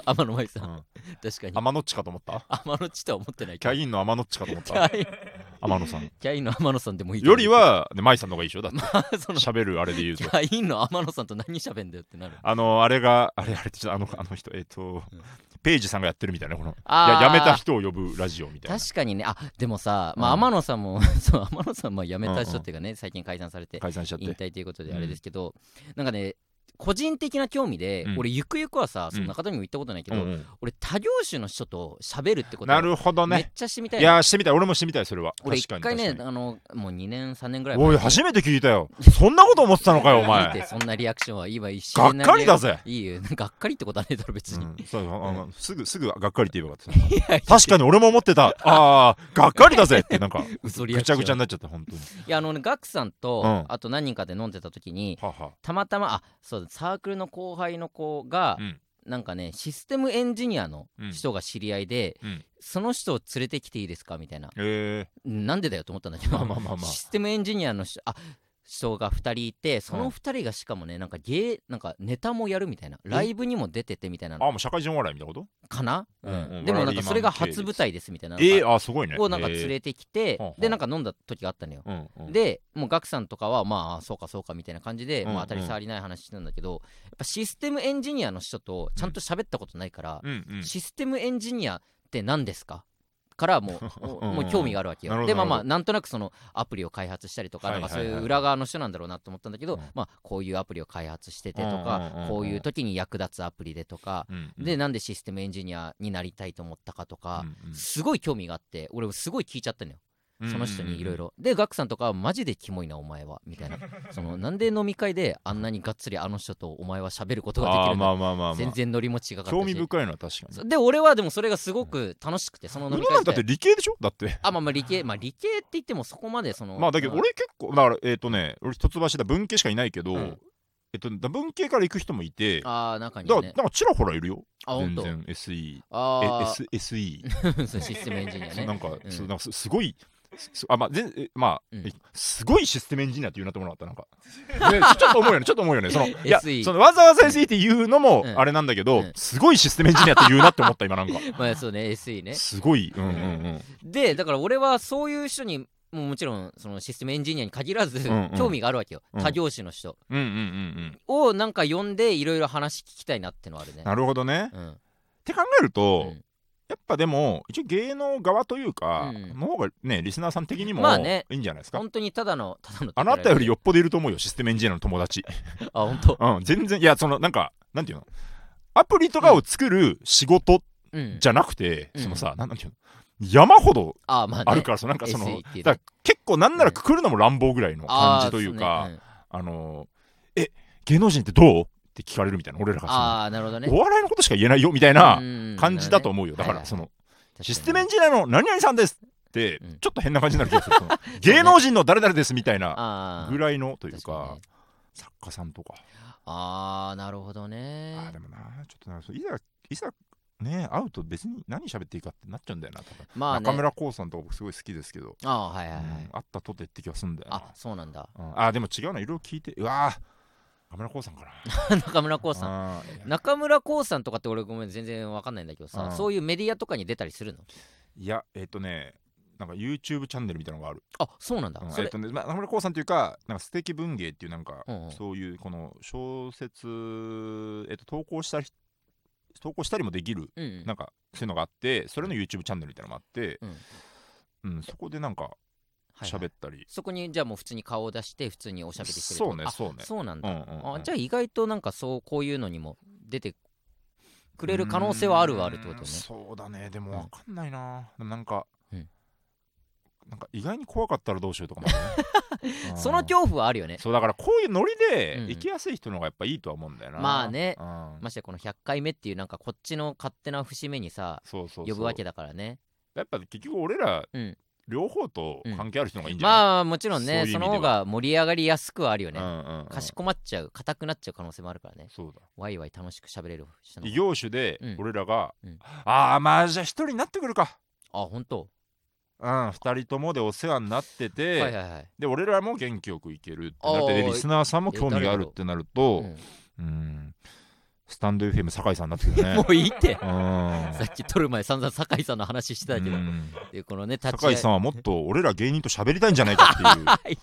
Speaker 1: 天野舞さ
Speaker 2: うんん
Speaker 1: 確かに
Speaker 2: 天野っちかと思った
Speaker 1: 天野っちとは思ってない
Speaker 2: キ
Speaker 1: けど
Speaker 2: ャインの天野っちかと思っ
Speaker 1: キ
Speaker 2: た
Speaker 1: ャイン
Speaker 2: 天野さん
Speaker 1: キャインの天野さんでもいいと思
Speaker 2: よ
Speaker 1: う
Speaker 2: りはね舞さんの方がいいでしょだって
Speaker 1: その
Speaker 2: 喋るあれで言う
Speaker 1: キ
Speaker 2: と
Speaker 1: ャインの天野さんと何喋んだよってなる
Speaker 2: あのあれがあれあれってちょっとあのあの人えっ、と、ペイジさんがやってるみたいなこの
Speaker 1: あー
Speaker 2: ややめた人を呼ぶラジオみたいな
Speaker 1: 確かにねあでもさ、まあ、
Speaker 2: うん
Speaker 1: 天野さんも そう天野さんも辞めた
Speaker 2: うん
Speaker 1: 人
Speaker 2: うん
Speaker 1: っていうかね、最近解散されて
Speaker 2: 解散しちゃっ
Speaker 1: 引
Speaker 2: て
Speaker 1: 退ということで
Speaker 2: うん
Speaker 1: あれですけど、なんかね個人的な興味で、
Speaker 2: うん
Speaker 1: 俺ゆくゆくはさその
Speaker 2: うん
Speaker 1: 中でも言ったことないけ
Speaker 2: う
Speaker 1: ど、
Speaker 2: んうん
Speaker 1: 俺他業種の人と喋るってこと
Speaker 2: なるほど
Speaker 1: めっ
Speaker 2: ね
Speaker 1: ちゃしてみたい
Speaker 2: い
Speaker 1: な
Speaker 2: やーしてみたい俺もしてみたいそれは
Speaker 1: 俺一
Speaker 2: 確か
Speaker 1: 回
Speaker 2: に
Speaker 1: ね
Speaker 2: 確かに
Speaker 1: あのもう2年3年ぐらい
Speaker 2: おい初めて聞いたよそんなこと思ってたのかよお
Speaker 1: 見て
Speaker 2: 前
Speaker 1: そんなリアクションは今一
Speaker 2: がっ
Speaker 1: 瞬
Speaker 2: かりだぜ、
Speaker 1: いいよがっかりってことはねえだろ 別
Speaker 2: う
Speaker 1: に、
Speaker 2: ん、そうあのすぐすぐがっかりって言えばよか っ
Speaker 1: いやい
Speaker 2: た確かに俺も思ってたあーがっかりだぜってなんか
Speaker 1: 嘘 リア
Speaker 2: ぐ
Speaker 1: ク
Speaker 2: ち
Speaker 1: ショ
Speaker 2: ゃ
Speaker 1: ン
Speaker 2: ぐちゃになっちゃった本当に
Speaker 1: やあのねガクさんと、
Speaker 2: うん
Speaker 1: あと何人かで飲んでた時に
Speaker 2: はあはあ
Speaker 1: たまたまあそうだサークルの後輩の子が、
Speaker 2: うん
Speaker 1: なんかねシステムエンジニアの
Speaker 2: うん
Speaker 1: 人が知り合いで、
Speaker 2: うん
Speaker 1: その人を連れてきていいですかみたいな
Speaker 2: え
Speaker 1: なんでだよと思ったんだけ
Speaker 2: ー、
Speaker 1: ど、
Speaker 2: まあまあまあまあ
Speaker 1: システムエンジニアの人あ人が2人いてそうの
Speaker 2: ん
Speaker 1: 2人がしかもねなんかゲーなんかネタもやるみたいなライブにも出ててみたいな
Speaker 2: あもう社会人お笑いみたいなこと
Speaker 1: かな、
Speaker 2: うんうん
Speaker 1: でもなん
Speaker 2: ワラリーマ
Speaker 1: か
Speaker 2: ン
Speaker 1: それが初舞台ですみたいな
Speaker 2: え
Speaker 1: なん
Speaker 2: ー、
Speaker 1: か
Speaker 2: あーすごいね
Speaker 1: をなんか連れてきて、
Speaker 2: ほうほう
Speaker 1: でなんか飲んだ時があったのよ、
Speaker 2: えーうんうん、
Speaker 1: でもうガクさんとかはまあそうかそうかみたいな感じで、
Speaker 2: うん
Speaker 1: まあ、当たり障りない話してたんだけど、やっぱシステムエンジニアの人とちゃんと喋ったことないから、
Speaker 2: うんうん
Speaker 1: システムエンジニアって何ですかからもう
Speaker 2: うんうん
Speaker 1: もう興味があるわけよ。
Speaker 2: なるほ
Speaker 1: で
Speaker 2: ど
Speaker 1: まあま
Speaker 2: な
Speaker 1: あなんとなくそのアプリを開発したりとかな
Speaker 2: は
Speaker 1: いん
Speaker 2: は
Speaker 1: か
Speaker 2: い
Speaker 1: そうい
Speaker 2: は
Speaker 1: う
Speaker 2: い
Speaker 1: 裏側の人なんだろうなと思ったんだけど、
Speaker 2: うん
Speaker 1: まあこういうアプリを開発しててと
Speaker 2: うんうんうん
Speaker 1: か
Speaker 2: うん
Speaker 1: こういう時に役立つアプリでとか
Speaker 2: うんうん
Speaker 1: でなんでシステムエンジニアになりたいと思ったかとか。
Speaker 2: うんうん
Speaker 1: すごい興味があって俺すごい聞いちゃったのよその人にいろい
Speaker 2: ろ
Speaker 1: ろでガクさんとかはマジでキモいなお前はみ たいなそのなんで飲み会であんなにがっつりあの人とお前は喋ることができ
Speaker 2: あ
Speaker 1: る
Speaker 2: ー
Speaker 1: ん
Speaker 2: ま
Speaker 1: だ
Speaker 2: あまあまあまあ
Speaker 1: 全然ノリも違かったし
Speaker 2: 興味深いのは確かに
Speaker 1: で俺はでもそれがすごく楽しくてその飲
Speaker 2: 宇
Speaker 1: み
Speaker 2: 野な
Speaker 1: 会
Speaker 2: んだって
Speaker 1: で
Speaker 2: 理系でしょだって
Speaker 1: あまあまあ理系まあ理系って言ってもそこまでその
Speaker 2: まあだけど
Speaker 1: うん
Speaker 2: 俺結構だからえっとね俺一橋だ文系しかいないけど
Speaker 1: うん
Speaker 2: えっとだ文系から行く人もいてだか
Speaker 1: ああ中に
Speaker 2: ら
Speaker 1: は
Speaker 2: なん
Speaker 1: ね
Speaker 2: かちらほらいるよ
Speaker 1: あ本
Speaker 2: 全
Speaker 1: 当
Speaker 2: 然 SE え
Speaker 1: あ
Speaker 2: S-
Speaker 1: あ
Speaker 2: SE
Speaker 1: システムエンジニア
Speaker 2: そうな
Speaker 1: ね
Speaker 2: んか
Speaker 1: うん
Speaker 2: そうなんかすすごいそあまあ全えまあ、
Speaker 1: うん
Speaker 2: すごいシステムエンジニアって言うなってもらったな んか、ねちょちょっと思うよねちょっと思うよねそのいや
Speaker 1: SE
Speaker 2: そのわざわざ SE って言うのも
Speaker 1: うん
Speaker 2: あれなんだけど、
Speaker 1: うん
Speaker 2: すごいシステムエンジニアって言うなって思った今 なんか
Speaker 1: まあそうね SE ね
Speaker 2: すごいうんうんうん
Speaker 1: でだから俺はそういう人にもうもちろんそのシステムエンジニアに限らず
Speaker 2: うんうん
Speaker 1: 興味があるわけよ、
Speaker 2: うん
Speaker 1: 他業種の人
Speaker 2: うんうんうんうん
Speaker 1: をなんか呼んでいろいろ話聞きたいなってのはあるね
Speaker 2: なるほどね、っ
Speaker 1: うん
Speaker 2: て考えると、
Speaker 1: うん
Speaker 2: やっぱでも一応芸能側という
Speaker 1: う
Speaker 2: か、
Speaker 1: ん
Speaker 2: の方がねリスナーさん的にも
Speaker 1: まあね
Speaker 2: いいんじゃないですか、
Speaker 1: 本当にただのただの
Speaker 2: あなたよりよっぽどいると思うよシステムエンジニアの友達
Speaker 1: あ本当
Speaker 2: うん、全然いやそのなんかなんていうのアプリとかを作る仕事
Speaker 1: うん
Speaker 2: じゃなくて、
Speaker 1: うん
Speaker 2: そのさなんなんていうの山ほど
Speaker 1: あまあ、ね、
Speaker 2: あるから、そのなんかその、
Speaker 1: SE っていうね
Speaker 2: だから結構なんならくくるのも乱暴ぐらいの
Speaker 1: あー
Speaker 2: 感じというかあ
Speaker 1: そうねん
Speaker 2: のえ芸能人ってどうって聞かれるみたいな俺らがその
Speaker 1: ああなるほどね
Speaker 2: お笑いのことしか言えないよみたいな
Speaker 1: うん
Speaker 2: 感じだと思うよ、
Speaker 1: な
Speaker 2: だ
Speaker 1: るほどね
Speaker 2: からその、
Speaker 1: 確かに
Speaker 2: システムエンジニアの何々さんですって、
Speaker 1: うん
Speaker 2: ちょっと変な感じになる気がするその芸能人の誰々ですみたいな
Speaker 1: あー
Speaker 2: ぐらいのという
Speaker 1: 確か
Speaker 2: か
Speaker 1: にね
Speaker 2: 作家さんとか
Speaker 1: あーなるほどね
Speaker 2: あーでもなちょっとなそういざいざね会うと別に何喋っていいかってなっちゃうんだよな、多分
Speaker 1: まあね
Speaker 2: 中村浩さんとか僕すごい好きですけど、
Speaker 1: あーはいはいは
Speaker 2: あ
Speaker 1: い、
Speaker 2: 会ったとてって気がするんだよな
Speaker 1: あそうなんだ
Speaker 2: うんあーでも違うないろいろ聞いてうわー中村浩さんかな
Speaker 1: 中村浩さん
Speaker 2: あーいや
Speaker 1: 中村浩さんとかって俺ごめん全然わかんないんだけどさ、
Speaker 2: うん
Speaker 1: そういうメディアとかに出たりするの
Speaker 2: いやえっ、とねなんか YouTube チャンネルみたいなのがある、
Speaker 1: あそうなんだ、
Speaker 2: うん
Speaker 1: そ
Speaker 2: えっ
Speaker 1: れ、
Speaker 2: とねまあ、中村浩さんというかなんか素敵文芸っていうなんか、
Speaker 1: うんうん
Speaker 2: そういうこの小説、えっと投稿したり投稿したりもできる
Speaker 1: うんうん
Speaker 2: なんかそういうのがあってそれの YouTube チャンネルみたいなのもあって、
Speaker 1: うん
Speaker 2: うん、そこでなんか
Speaker 1: はいはい
Speaker 2: 喋ったり、
Speaker 1: そこにじゃあもう普通に顔を出して普通におしゃべりしてる
Speaker 2: そうね
Speaker 1: あ
Speaker 2: そうね
Speaker 1: そうなん
Speaker 2: う
Speaker 1: だ、
Speaker 2: んうんうん
Speaker 1: あじゃあ意外となんかそうこういうのにも出てくれる可能性はあるはあるってこと
Speaker 2: うーん
Speaker 1: ね
Speaker 2: そうだねで
Speaker 1: うん
Speaker 2: もわかんないな、でもなんか、
Speaker 1: うん
Speaker 2: なんか意外に怖かったらどうしようとかもね、うん
Speaker 1: その恐怖はあるよね
Speaker 2: そうだからこういうノリで
Speaker 1: うん
Speaker 2: 行きやすい人の方がやっぱいいとは思うんだよな、
Speaker 1: まあね
Speaker 2: うん
Speaker 1: ましてやこの100回目っていうなんかこっちの勝手な節目にさ
Speaker 2: そうそうそ
Speaker 1: 呼
Speaker 2: う
Speaker 1: ぶわけだからね
Speaker 2: やっぱ結局俺ら、
Speaker 1: うん
Speaker 2: 両方と関係ある人の方がいいんじゃない、
Speaker 1: まあもちろんねそ
Speaker 2: そういう意味で
Speaker 1: の
Speaker 2: は
Speaker 1: 方が盛り上がりやすくはあるよね、
Speaker 2: うんうんうん
Speaker 1: かしこまっちゃう硬くなっちゃう可能性もあるからね
Speaker 2: そうだ
Speaker 1: ワイワイ楽しく喋れる人の
Speaker 2: 異
Speaker 1: 方が
Speaker 2: 業種で
Speaker 1: うん
Speaker 2: 俺らが、
Speaker 1: うん
Speaker 2: ああまあじゃあ一人になってくるか
Speaker 1: あ本当、
Speaker 2: うん、二人ともでお世話になってて、
Speaker 1: はいはいはい
Speaker 2: で俺らも元気よくいけるってなって
Speaker 1: あ
Speaker 2: で
Speaker 1: ー
Speaker 2: リスナーさんも興味があるってなると
Speaker 1: うん
Speaker 2: うんスタンド FM 酒井さんになってくるね
Speaker 1: もういいって
Speaker 2: うん
Speaker 1: さっき撮る前散々酒井さんの話してたけど、
Speaker 2: うん
Speaker 1: でこのね立ち
Speaker 2: 酒
Speaker 1: 会
Speaker 2: 井
Speaker 1: い
Speaker 2: さんはもっと俺ら芸人と喋りたいんじゃな いかって
Speaker 1: い
Speaker 2: いう、
Speaker 1: い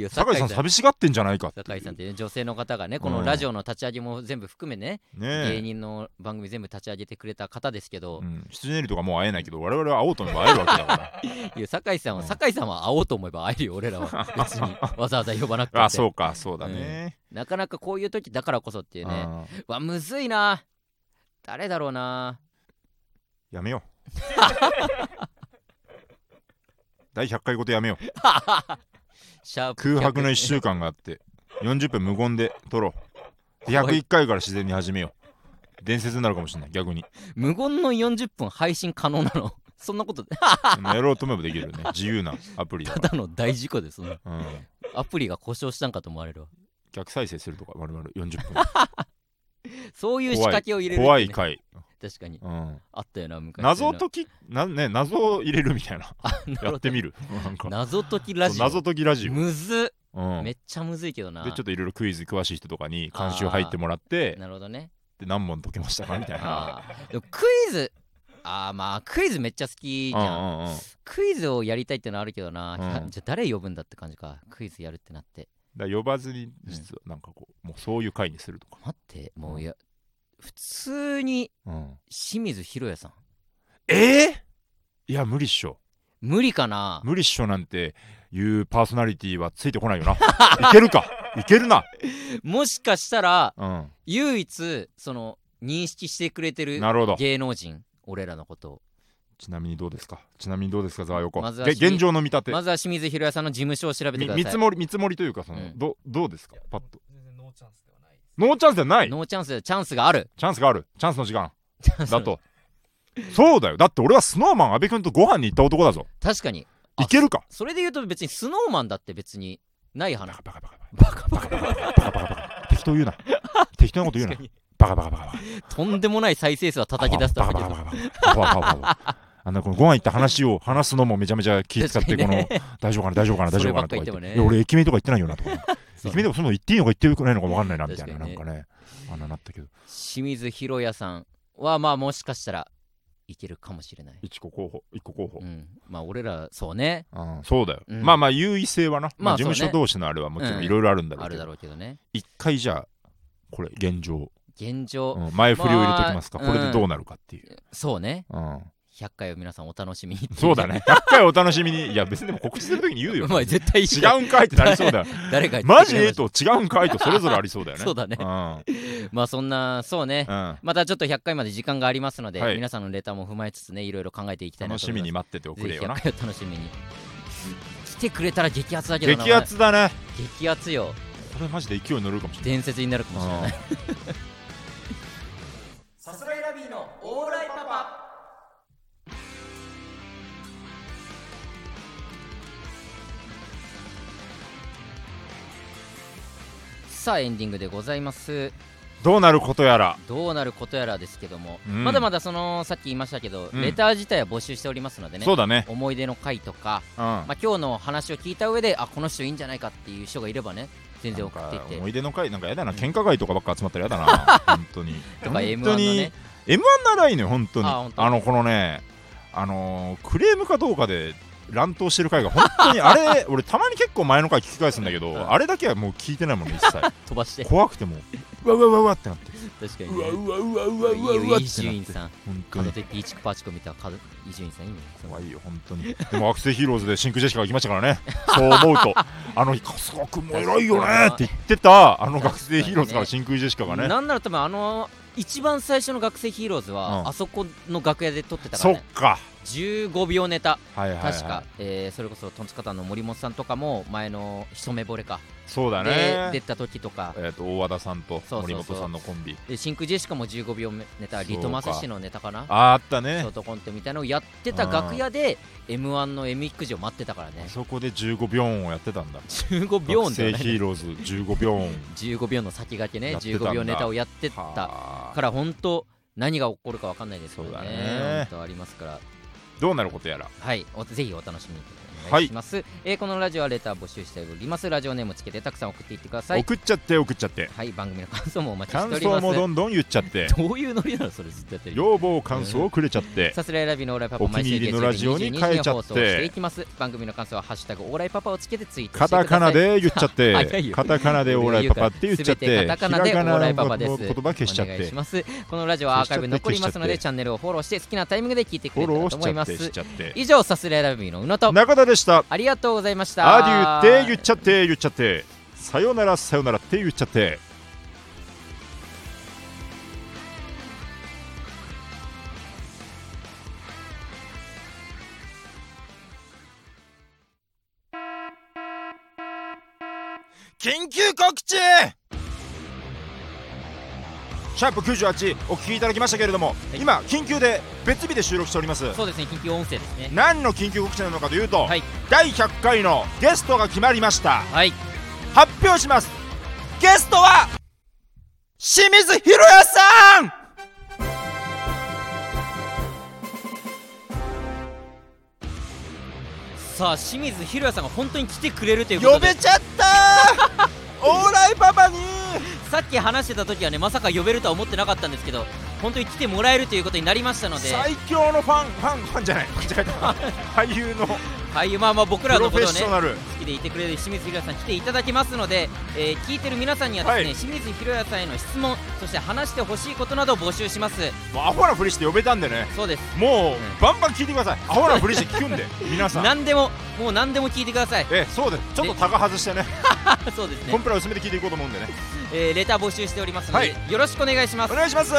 Speaker 1: よ
Speaker 2: うん酒井さ
Speaker 1: 酒井さん
Speaker 2: ん寂しがってんじゃないかっていう
Speaker 1: 酒井さんって、ね、女性の方がねこのラジオの立ち上げも全部含めね、
Speaker 2: ねえ
Speaker 1: 芸人の番組全部立ち上げてくれた方ですけど
Speaker 2: う、ん、出演とかもう会えないけど我々は会おうと思えば会えるわけだ か
Speaker 1: いや酒井さんは、
Speaker 2: うん
Speaker 1: 酒井さんは会おうと思えば会えるよ俺らは別 にわざわざ呼ばなくて
Speaker 2: らあそうかそうだね、
Speaker 1: なかなかこういう時だからこそっていうね
Speaker 2: あー
Speaker 1: わむずいな誰だろうな
Speaker 2: やめよう 第100回ごとやめよう
Speaker 1: シャープ
Speaker 2: 空白の1週間があって40分無言で撮ろうで101回から自然に始めよう伝説になるかもしれない逆に
Speaker 1: 無言の40分配信可能なの そんなこと
Speaker 2: でもやろうと思えばできる よね自由なアプリだ
Speaker 1: た
Speaker 2: か
Speaker 1: だの大事故です
Speaker 2: ら、うん、
Speaker 1: アプリが故障したんかと思われるわ
Speaker 2: 逆再生するとか丸々40
Speaker 1: そういう仕掛けを入れ
Speaker 2: 分
Speaker 1: るってね
Speaker 2: 怖い回、
Speaker 1: 確かに
Speaker 2: うん、
Speaker 1: あったよな昔
Speaker 2: 謎解きな、ね、謎を入れるみたい な
Speaker 1: あなるほど
Speaker 2: やってみるなんか
Speaker 1: 謎解きラ
Speaker 2: そう
Speaker 1: ジオ
Speaker 2: 謎解きラジオ、
Speaker 1: むず
Speaker 2: うん、
Speaker 1: め
Speaker 2: で
Speaker 1: っちゃむずいけどな
Speaker 2: ちょっといろいろクイズ詳しい人とかに監修入ってもらって
Speaker 1: なるほど ね
Speaker 2: で何問解けましたかみたいな
Speaker 1: あーでもクイズああまあクイズめっちゃ好きじ
Speaker 2: うんう
Speaker 1: ゃん
Speaker 2: んうん
Speaker 1: クイズをやりたいってのはあるけどな、
Speaker 2: うん
Speaker 1: じゃあ誰呼ぶんだって感じかクイズやるってなって
Speaker 2: だから呼ばずに実はなんかこうもうそういう回にするとか、
Speaker 1: 待ってもういや普通に
Speaker 2: うん、
Speaker 1: 清水宏也さん
Speaker 2: ええいや無理っしょ
Speaker 1: 無理かな
Speaker 2: 無理っしょなんていうパーソナリティはついてこないよ ないけるかいけるな、
Speaker 1: もしかしたら
Speaker 2: うん、
Speaker 1: 唯一その認識してくれてる
Speaker 2: なるほど
Speaker 1: 芸能人俺らのことを
Speaker 2: ちなみにどうですかちなみにどうですかざわよこ
Speaker 1: まずは
Speaker 2: げ
Speaker 1: しみ
Speaker 2: 現状の見立て、
Speaker 1: まずは清水宏也さんの事務所を調べて
Speaker 2: み
Speaker 1: くだ
Speaker 2: 見
Speaker 1: さ
Speaker 2: 積
Speaker 1: い
Speaker 2: もり見積もりというかその、
Speaker 1: うん
Speaker 2: どどうですか
Speaker 3: いや
Speaker 2: パッと
Speaker 3: 全然ノーチャンスではないです。
Speaker 2: ノーチャンスじゃない
Speaker 1: ノーチャンスチャンスがある
Speaker 2: チャンスがあるチャンスの時 間だとそうだよだって俺はスノーマン阿部君とご飯に行った男だぞ
Speaker 1: 確かにあ
Speaker 2: いけるか
Speaker 1: それで言うと別にスノーマンだって別にない話
Speaker 2: バカバカバカバカバカバカバカバカバカ適当言うな適当なこと言うな
Speaker 1: 確かに
Speaker 2: バカバカバカバカ
Speaker 1: とんでもない再生数は叩き出したわけ
Speaker 2: バ
Speaker 1: だ
Speaker 2: カバカバカバカバカバカバカあのこのご飯行った話を話すのもめちゃめちゃ気使って、
Speaker 1: 確か
Speaker 2: こ
Speaker 1: に
Speaker 2: の
Speaker 1: ね
Speaker 2: 大丈夫かな、大丈夫かな、大
Speaker 1: そ
Speaker 2: 丈
Speaker 1: れ
Speaker 2: 夫
Speaker 1: ば
Speaker 2: か
Speaker 1: っ
Speaker 2: な
Speaker 1: か
Speaker 2: と
Speaker 1: 言って
Speaker 2: か言
Speaker 1: も
Speaker 2: って、
Speaker 1: ね
Speaker 2: いや俺、駅名とか行ってないよなとか、
Speaker 1: そう
Speaker 2: 駅名でもその言っていいのか言ってないのか分かんないなみたいな、な
Speaker 1: 確
Speaker 2: ん
Speaker 1: か
Speaker 2: かね、あんななったけど、
Speaker 1: 清水宏也さんはまあもしかしたらいけるかもしれない、
Speaker 2: 一個候補、一個候補
Speaker 1: う。ん、まあ俺らそうね
Speaker 2: うんそうだよ。
Speaker 1: うん
Speaker 2: まあまあ、優位性はな、
Speaker 1: ま
Speaker 2: ま
Speaker 1: あ
Speaker 2: あ事務
Speaker 1: そうね
Speaker 2: 所同士のあれはもちろ
Speaker 1: うん
Speaker 2: んいろいろあるんだろ
Speaker 1: あ
Speaker 2: うけ
Speaker 1: るだ
Speaker 2: ど、
Speaker 1: ろうけどね
Speaker 2: 一回じゃあ、これ、現状、
Speaker 1: 現状、
Speaker 2: うん前振りを入れときますか、
Speaker 1: まあ
Speaker 2: これでどうなるかっていう。
Speaker 1: そうね
Speaker 2: うん
Speaker 1: 100回を皆さんお楽しみにってい
Speaker 2: そうだ ね。100回お楽しみに。いや、別にでも告知するときに言うよ
Speaker 1: お。前絶対
Speaker 2: 違うんかいってなりそうだよ。
Speaker 1: 誰か言ってくれま
Speaker 2: マ
Speaker 1: し
Speaker 2: ジ
Speaker 1: た
Speaker 2: ええと違うんかいとそれぞれありそうだよね。
Speaker 1: そうだね
Speaker 2: うん。
Speaker 1: まあそんなそうね
Speaker 2: うん
Speaker 1: またちょっと100回まで時間がありますので、
Speaker 2: はい
Speaker 1: 皆さんのレターも踏まえつつねいろいろ考えていきたいな
Speaker 2: 楽
Speaker 1: と
Speaker 2: し
Speaker 1: 思い
Speaker 2: み
Speaker 1: ます
Speaker 2: に待ってておくれ
Speaker 1: ぜひ
Speaker 2: よな
Speaker 1: 100。回を楽しみに来てくれたら激アツだけどな
Speaker 2: 激アツだね。
Speaker 1: お前激アツよ
Speaker 2: これマジで勢いに乗るかもしれない。
Speaker 1: 伝説になるかもしれない
Speaker 3: さすらいラビーのオーライパパ
Speaker 1: さあエンディングでございます
Speaker 2: どうなることやら。
Speaker 1: どうなることやらですけども、
Speaker 2: うん
Speaker 1: まだまだそのさっき言いましたけど、
Speaker 2: うん
Speaker 1: レター自体は募集しておりますのでね
Speaker 2: そうだね。
Speaker 1: 思い出の回とか、
Speaker 2: うん。
Speaker 1: まあ、今日の話を聞いた上であこの人いいんじゃないかっていう人がいればね全然送ってい
Speaker 2: なんか
Speaker 1: っ
Speaker 2: 思
Speaker 1: て
Speaker 2: い出の会なんかやだな喧嘩会とかばっか集まったらや だな本当に
Speaker 1: とか M1
Speaker 2: 本
Speaker 1: の
Speaker 2: 当
Speaker 1: ね
Speaker 2: に M1 ならいいのよ本当に
Speaker 1: あ本当
Speaker 2: あのこのねあのークレームかどうかで乱闘してる回が本当にあ れ俺たまに結構前の回聞き返すんだけど、
Speaker 1: うん
Speaker 2: あれだけはもう聞いてないもんね一切
Speaker 1: 飛ばして
Speaker 2: 怖くてもううわうわうわうわってなって
Speaker 1: 確かに
Speaker 2: う
Speaker 1: ね
Speaker 2: わうわうわうわうわうわっ
Speaker 1: 伊
Speaker 2: て
Speaker 1: 集
Speaker 2: な
Speaker 1: 院
Speaker 2: って
Speaker 1: さん
Speaker 2: 本当
Speaker 1: 片
Speaker 2: に
Speaker 1: 手ピーチクパーチコ見たら伊集院さんいいね
Speaker 2: 怖いよ本当にでもアクセヒーローズで真空ジェシカが来ましたからねそう思う とあの日春日君も偉いよねって言ってたあの学生ヒーローズから真空ジェシカがね
Speaker 1: なんなら多分あの一番最初の学生ヒーローズは、
Speaker 2: うん
Speaker 1: あそこの楽屋で撮ってたか
Speaker 2: そ
Speaker 1: ら
Speaker 2: っ
Speaker 1: ね
Speaker 2: か
Speaker 1: 15秒ネタ
Speaker 2: はいはい、はい、
Speaker 1: 確か、えーそれこそトンツカタンの森本さんとかも前の一目惚れか、
Speaker 2: そうだ
Speaker 1: で出
Speaker 2: ね
Speaker 1: た時とか
Speaker 2: えっ、と大和田さんと
Speaker 1: そうそうそう
Speaker 2: 森本さんのコンビ
Speaker 1: で真空ジェシカも15秒ネタ
Speaker 2: そうか
Speaker 1: リトマス氏のネタかなシ
Speaker 2: ああったね
Speaker 1: ョートコントみたいなのをやってた楽屋で m 1の M 育児を待ってたからね
Speaker 2: あそこで15秒音をやってたんだ
Speaker 1: 15秒
Speaker 2: 学
Speaker 1: では
Speaker 2: 生
Speaker 1: ない
Speaker 2: ヒーローズ15 秒音
Speaker 1: 15秒の先駆けね
Speaker 2: やってたんだ
Speaker 1: 15秒ネタをやってた
Speaker 2: は
Speaker 1: から本当何が起こるか分かんないですけどね
Speaker 2: そうだね
Speaker 1: 本当ありますから
Speaker 2: ーどうなることやら
Speaker 1: はい、おぜひお楽しみにお願いします、えーこのラジオはレター募集しておりますラジオネームつけてたくさん送っていってください
Speaker 2: 送っちゃって送っちゃって
Speaker 1: はい番組の感想もお待ちして
Speaker 2: 感
Speaker 1: おりま
Speaker 2: 想
Speaker 1: す
Speaker 2: もどんどん言っちゃって
Speaker 1: どういうノリなのそれずっとやってる
Speaker 2: 要望感想をくれちゃって
Speaker 1: さすらいラビのオーライパパ
Speaker 2: お気に入りのラジオに変えちゃって
Speaker 1: 毎週月曜日22時に放送していきます番組の感想は「ハッシュタグオーライパパ」をつけてツイートして
Speaker 2: カ
Speaker 1: ください
Speaker 2: タカナで言っちゃっ
Speaker 1: 早い
Speaker 2: て
Speaker 1: よ
Speaker 2: カタカナでオーライパパって言っちゃっ
Speaker 1: すべ
Speaker 2: て
Speaker 1: カタカナで
Speaker 2: ひ
Speaker 1: オ
Speaker 2: ら
Speaker 1: ーラ
Speaker 2: が
Speaker 1: イパパ
Speaker 2: な
Speaker 1: で
Speaker 2: の
Speaker 1: す。
Speaker 2: 言葉消しちゃっ
Speaker 1: お願い
Speaker 2: て
Speaker 1: します。このラジオはアーカイブに残りますので、
Speaker 2: 消しちゃって
Speaker 1: チャンネルをフォローして好きなタイミングで聞いてく
Speaker 2: フ
Speaker 1: れ
Speaker 2: ォ
Speaker 1: た
Speaker 2: ロ
Speaker 1: ら
Speaker 2: ー
Speaker 1: と
Speaker 2: し
Speaker 1: 思
Speaker 2: ち
Speaker 1: い
Speaker 2: ゃ
Speaker 1: ま
Speaker 2: ってし
Speaker 1: す。
Speaker 2: ちゃって
Speaker 1: 以上、さすらいラビーの宇野と、
Speaker 2: 中田でした
Speaker 1: ありがとうございました。
Speaker 2: アデューって言っちゃって言っちゃってさよならさよならって言っちゃって緊急告知シャープ98お聞きいただきましたけれども、
Speaker 1: い
Speaker 2: 今緊急で別日で収録しております
Speaker 1: そうですね、緊急音声ですね。
Speaker 2: 何の緊急告知なのかというと、
Speaker 1: はい
Speaker 2: 第100回のゲストが決まりました
Speaker 1: はい。
Speaker 2: 発表しますゲストは清水宏也さん
Speaker 1: さあ、清水宏也さんが本当に来てくれるということ
Speaker 2: 呼
Speaker 1: で、
Speaker 2: べちゃった オーライパパに
Speaker 1: さっき話してた時はね、まさか呼べるとは思ってなかったんですけど、本当に来てもらえるということになりましたので、
Speaker 2: 最強のファンファンファンじゃない間違 えた俳優のプ
Speaker 1: はい、まあまあ僕らの
Speaker 2: ロ
Speaker 1: こ
Speaker 2: フェ
Speaker 1: と
Speaker 2: ッ
Speaker 1: をね
Speaker 2: ショ、ナル、
Speaker 1: 好きでいてくれる清水宏也さん来ていただきますので、えー聞いてる皆さんにはですね、
Speaker 2: はい
Speaker 1: 清水宏也さんへの質問そして話してほしいことなどを募集します
Speaker 2: もうアホなふりして呼べたんでね
Speaker 1: そうです
Speaker 2: もう、
Speaker 1: ん
Speaker 2: バンバン聞いてくださいアホなふりして聞くんで皆さん
Speaker 1: 何でももう何でも聞いてください
Speaker 2: ええそうですちょっとタガ外してね
Speaker 1: そうです
Speaker 2: コ
Speaker 1: ね
Speaker 2: ン、プラ薄めて聞いていこうと思うんでね
Speaker 1: えーレター募集しておりますので、
Speaker 2: はい
Speaker 1: よろしくお願いします
Speaker 2: お願いします